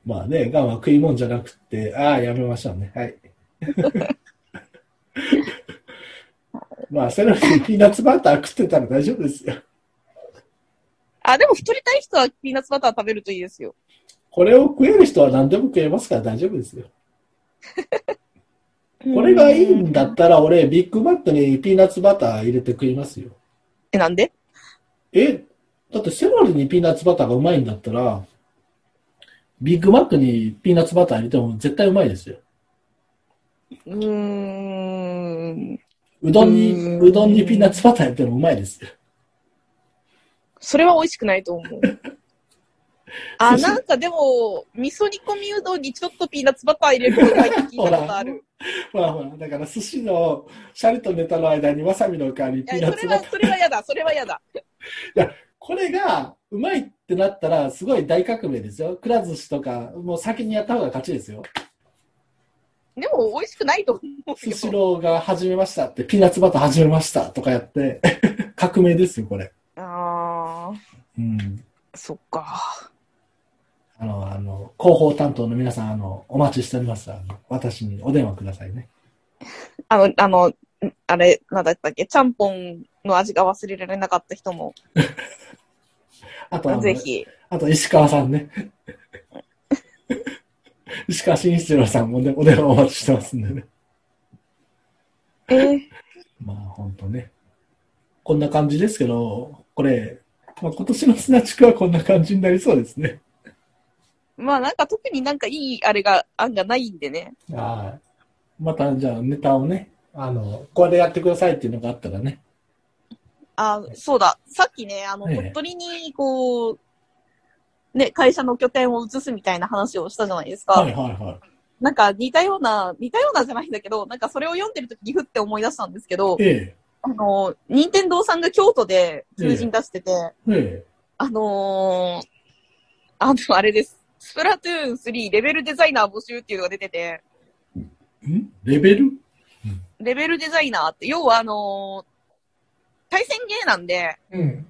S5: まあね、癌は食い物じゃなくて、ああ、やめましょうね。はい。まあ、セロリピーナッツバター食ってたら大丈夫ですよ。
S4: あ、でも太りたい人はピーナッツバター食べるといいですよ。
S5: これを食える人は何でも食えますから大丈夫ですよ。これがいいんだったら、俺、ビッグマックにピーナッツバター入れて食いますよ。
S4: え、なんで
S5: え、だってセロリにピーナッツバターがうまいんだったら、ビッグマックにピーナッツバター入れても絶対うまいですよ。
S4: うーん。
S5: うどんに、
S4: うん
S5: うどんにピーナッツバター入れてもうまいですよ。
S4: それは美味しくないと思 う。あ、
S5: そして
S4: なんかでも、味噌煮込みうどんにちょっとピーナッツバター入れるとか聞いたことある。
S5: ほらほら、だから寿司のシャリとネタの間にわさびの代わりに
S4: い
S5: ピーナ
S4: や、
S5: ッ
S4: そ
S5: ツ
S4: れ
S5: バ
S4: は
S5: ター。、
S4: それは嫌だ、それは嫌だ。
S5: これがうまいってなったら、すごい大革命ですよ。くら寿司とか、もう先にやった方が勝ちですよ。
S4: でも、美味しくないと思う
S5: スシ
S4: よ。
S5: ローが始めましたって、ピーナッツバター始めましたとかやって、 革命ですよ、これ。
S4: あ
S5: うん。
S4: ー、そっか。
S5: あの、あの、広報担当の皆さん、あの、お待ちしております。あの私にお電話くださいね。
S4: あの、あの、んあれ、なんだったっけ、ちゃんぽんの味が忘れられなかった人も、
S5: あと、あの
S4: ぜひ。
S5: あと、石川さんね。石川慎一郎さんもね、お電話お待ちしてますんでね。
S4: えー
S5: まあ、ほんとね。こんな感じですけど、これ、まあ、今年の砂地区はこんな感じになりそうですね。
S4: まあなんか特になんかいいあれが、案がないんでね。
S5: はい。また、じゃあ、ネタをね、あの、これやってくださいっていうのがあったらね。
S4: あ、そうだ。さっきね、あの、
S5: ええ
S4: 鳥取に、こう、ね、会社の拠点を移すみたいな話をしたじゃないですか。
S5: はいはいはい。
S4: なんか似たような、似たようなじゃないんだけど、なんかそれを読んでる時にふって思い出したんですけど、
S5: え
S4: あの、任天堂さんが京都で求人出してて、
S5: え、え
S4: あのー、あの、あれです。スプラトゥーン3レベルデザイナー募集っていうのが出てて、
S5: え。んレベル
S4: レベルデザイナーって、要はあのー対戦ゲーなんで、
S5: うん。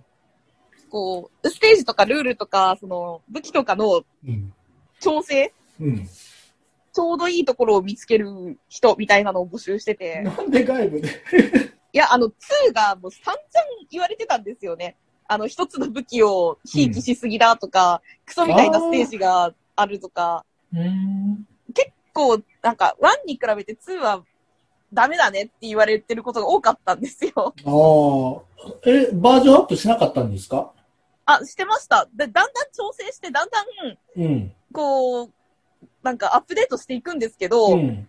S4: こう、ステージとかルールとか、その、武器とかの
S5: うん。
S4: 調整、
S5: うん。
S4: ちょうどいいところを見つける人みたいなのを募集してて、
S5: なんで外部で
S4: いや、あの、2がもう散々言われてたんですよね。あの、一つの武器をひいきしすぎだとか、クソみたいなステージがあるとか、
S5: うん。
S4: こう、なんか、1に比べて2はダメだねって言われてることが多かったんですよ。
S5: ああ。え、バージョンアップしなかったんですか
S4: あ、してました。で、だんだん調整して、だんだん、
S5: うん。
S4: こう、なんかアップデートしていくんですけど、
S5: ん。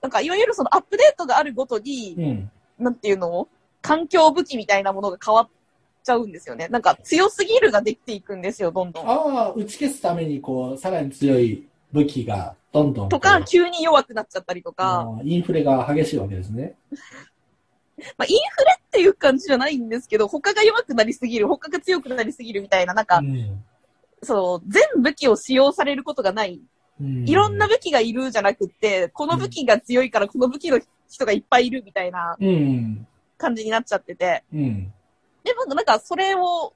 S4: なんかいわゆるそのアップデートがあるごとに、
S5: うん。
S4: なんていうの環境武器みたいなものが変わっちゃうんですよね。なんか強すぎるができていくんですよ、どんどん。
S5: ああ、打ち消すために、こう、さらに強い武器がどんどんこ
S4: と
S5: う。
S4: か、急に弱くなっちゃったりとか、
S5: あーインフレが激しいわけですね。
S4: まあ、インフレっていう感じじゃないんですけど、他が弱くなりすぎる、他が強くなりすぎるみたいな、なんか、
S5: ん。
S4: その、全武器を使用されることがない。
S5: うん
S4: いろんな武器がいるじゃなくって、この武器が強いからこの武器の人がいっぱいいるみたいな
S5: うん。
S4: 感じになっちゃってて。
S5: うん。
S4: でもなんかそれを、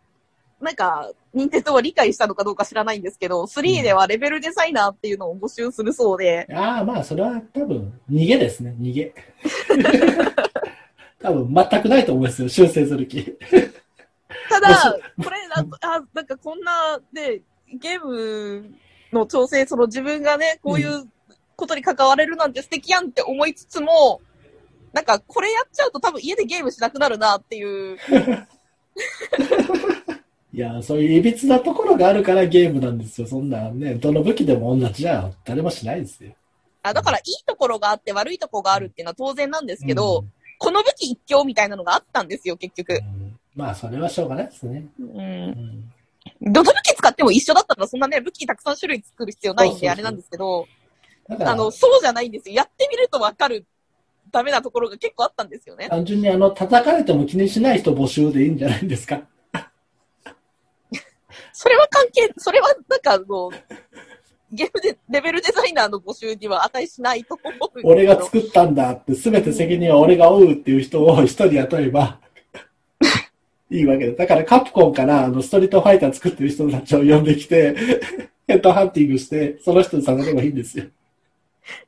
S4: なんか、任天堂は理解したのかどうか知らないんですけど、3ではレベルデザイナーっていうのを募集するそうで、
S5: ああ、まあ、それは多分、逃げですね、逃げ。多分、全くないと思いますよ、修正する気。
S4: た
S5: ま
S4: だ
S5: あ、
S4: これだと、あ、なんかこんな、で、ゲームの調整、その自分がね、こういうことに関われるなんて素敵やんって思いつつも、なんかこれやっちゃうと多分家でゲームしなくなるなっていう、
S5: いや、そういう歪なところがあるからゲームなんですよ、そんなんね。どの武器でも同じじゃ、誰もしないですよ。
S4: あだから、いいところがあって悪いところがあるっていうのは当然なんですけど、この武器一強みたいなのがあったんですよ、結
S5: うん、
S4: 局。
S5: うんまあ、それはしょうがないですね。
S4: うん
S5: う。ん
S4: どの武器使っても一緒だったら、そんなね、武器たくさん種類作る必要ない
S5: そ
S4: ん
S5: うそうそ
S4: で、
S5: う
S4: あれなんですけど、
S5: だか
S4: あ
S5: ら、
S4: の、そうじゃないんですよ。やってみるとわかる、ダメなところが結構あったんですよね。
S5: 単純にあの、叩かれても気にしない人募集でいいんじゃないですか。
S4: それは関係、それはなんかあの、ゲームで、レベルデザイナーの募集には値しないと思うんですけど。
S5: 俺が作ったんだって、すべて責任は俺が負うっていう人を一人雇え ば、いいわけで。だからカプコンからあのストリートファイター作ってる人たちを呼んできて、ヘッドハンティングして、その人に探せばいいんですよ。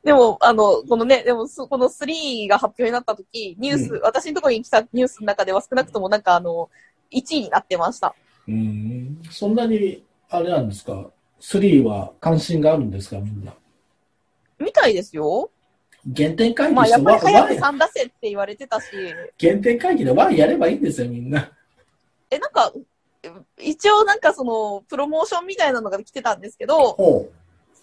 S4: でも、あの、このね、でも、そこの3が発表になった時、ニュース、
S5: う
S4: 私のところに来たニュースの中では少なくともなんかあの、1位になってました。
S5: うん。そんなに、あれなんですか、3は関心があるんですか、みんな。
S4: みたいですよ。
S5: 原点会議
S4: まあ、
S5: し、
S4: やってぱり
S5: わ
S4: 早く
S5: わ
S4: 3出せって言われてたし、
S5: 原点会議でワンやればいいんですよ、みんな。
S4: え、なんか、一応なんかその、プロモーションみたいなのが来てたんですけど、
S5: ほう。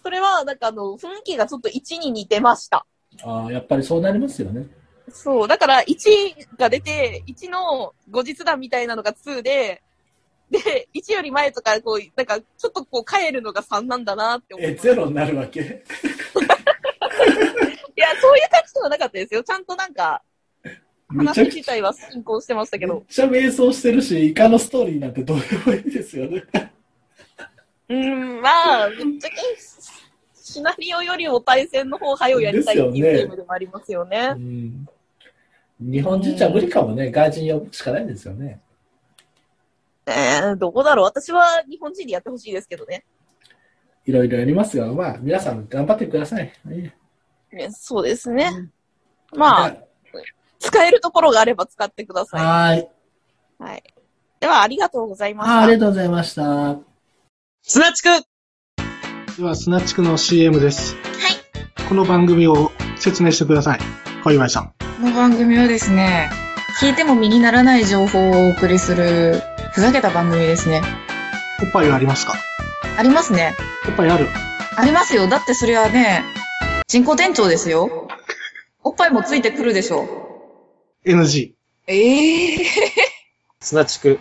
S4: それはなんかあの、雰囲気がちょっと1に似てました。
S5: ああ、やっぱりそうなりますよね。
S4: そう、だから1が出て、1の後日談みたいなのが2で、で、1より前とか、こう、なんか、ちょっとこう、帰るのが3なんだなって思い
S5: え、
S4: ます。い
S5: ゼロになるわけ
S4: や、そういう感じではなかったですよ。ちゃんとなんか、
S5: めち
S4: 話
S5: ゃくち
S4: 自
S5: ゃ
S4: 体は進行してましたけ
S5: め
S4: ど
S5: っ。ちゃ迷走してるし、イカのストーリーなんてどうでもいいですよね。
S4: うん、まあ、ぶっちゃけ、シナリオよりも対戦の方、早をやりたいっていう
S5: ですよね
S4: ゲームでもありますよね。
S5: うん日本人じゃ無理かもね、外人呼ぶしかないんですよね。
S4: えー、どこだろう私は日本人にやってほしいですけどね。
S5: いろいろやりますが、まあ、皆さん頑張ってください。ね
S4: ねそうですね。まあ、
S5: じ
S4: 使えるところがあれば使ってくだ
S5: ゃ
S4: さい。
S5: あはーい。
S4: はい。では、ありがとうございました。
S5: あーありがとうございました。
S1: すなちく
S2: では、スナチクの CM です。はい。この番組を説明してください。小岩井さん。
S3: この番組はですね、聞いても身にならない情報をお送りする、ふざけた番組ですね。
S2: おっぱいはありますか
S3: ありますね。
S2: おっぱいある。
S3: ありますよ。だってそれはね、人工店長ですよ。おっぱいもついてくるでしょ。
S2: NG。
S3: ええ
S1: すなちく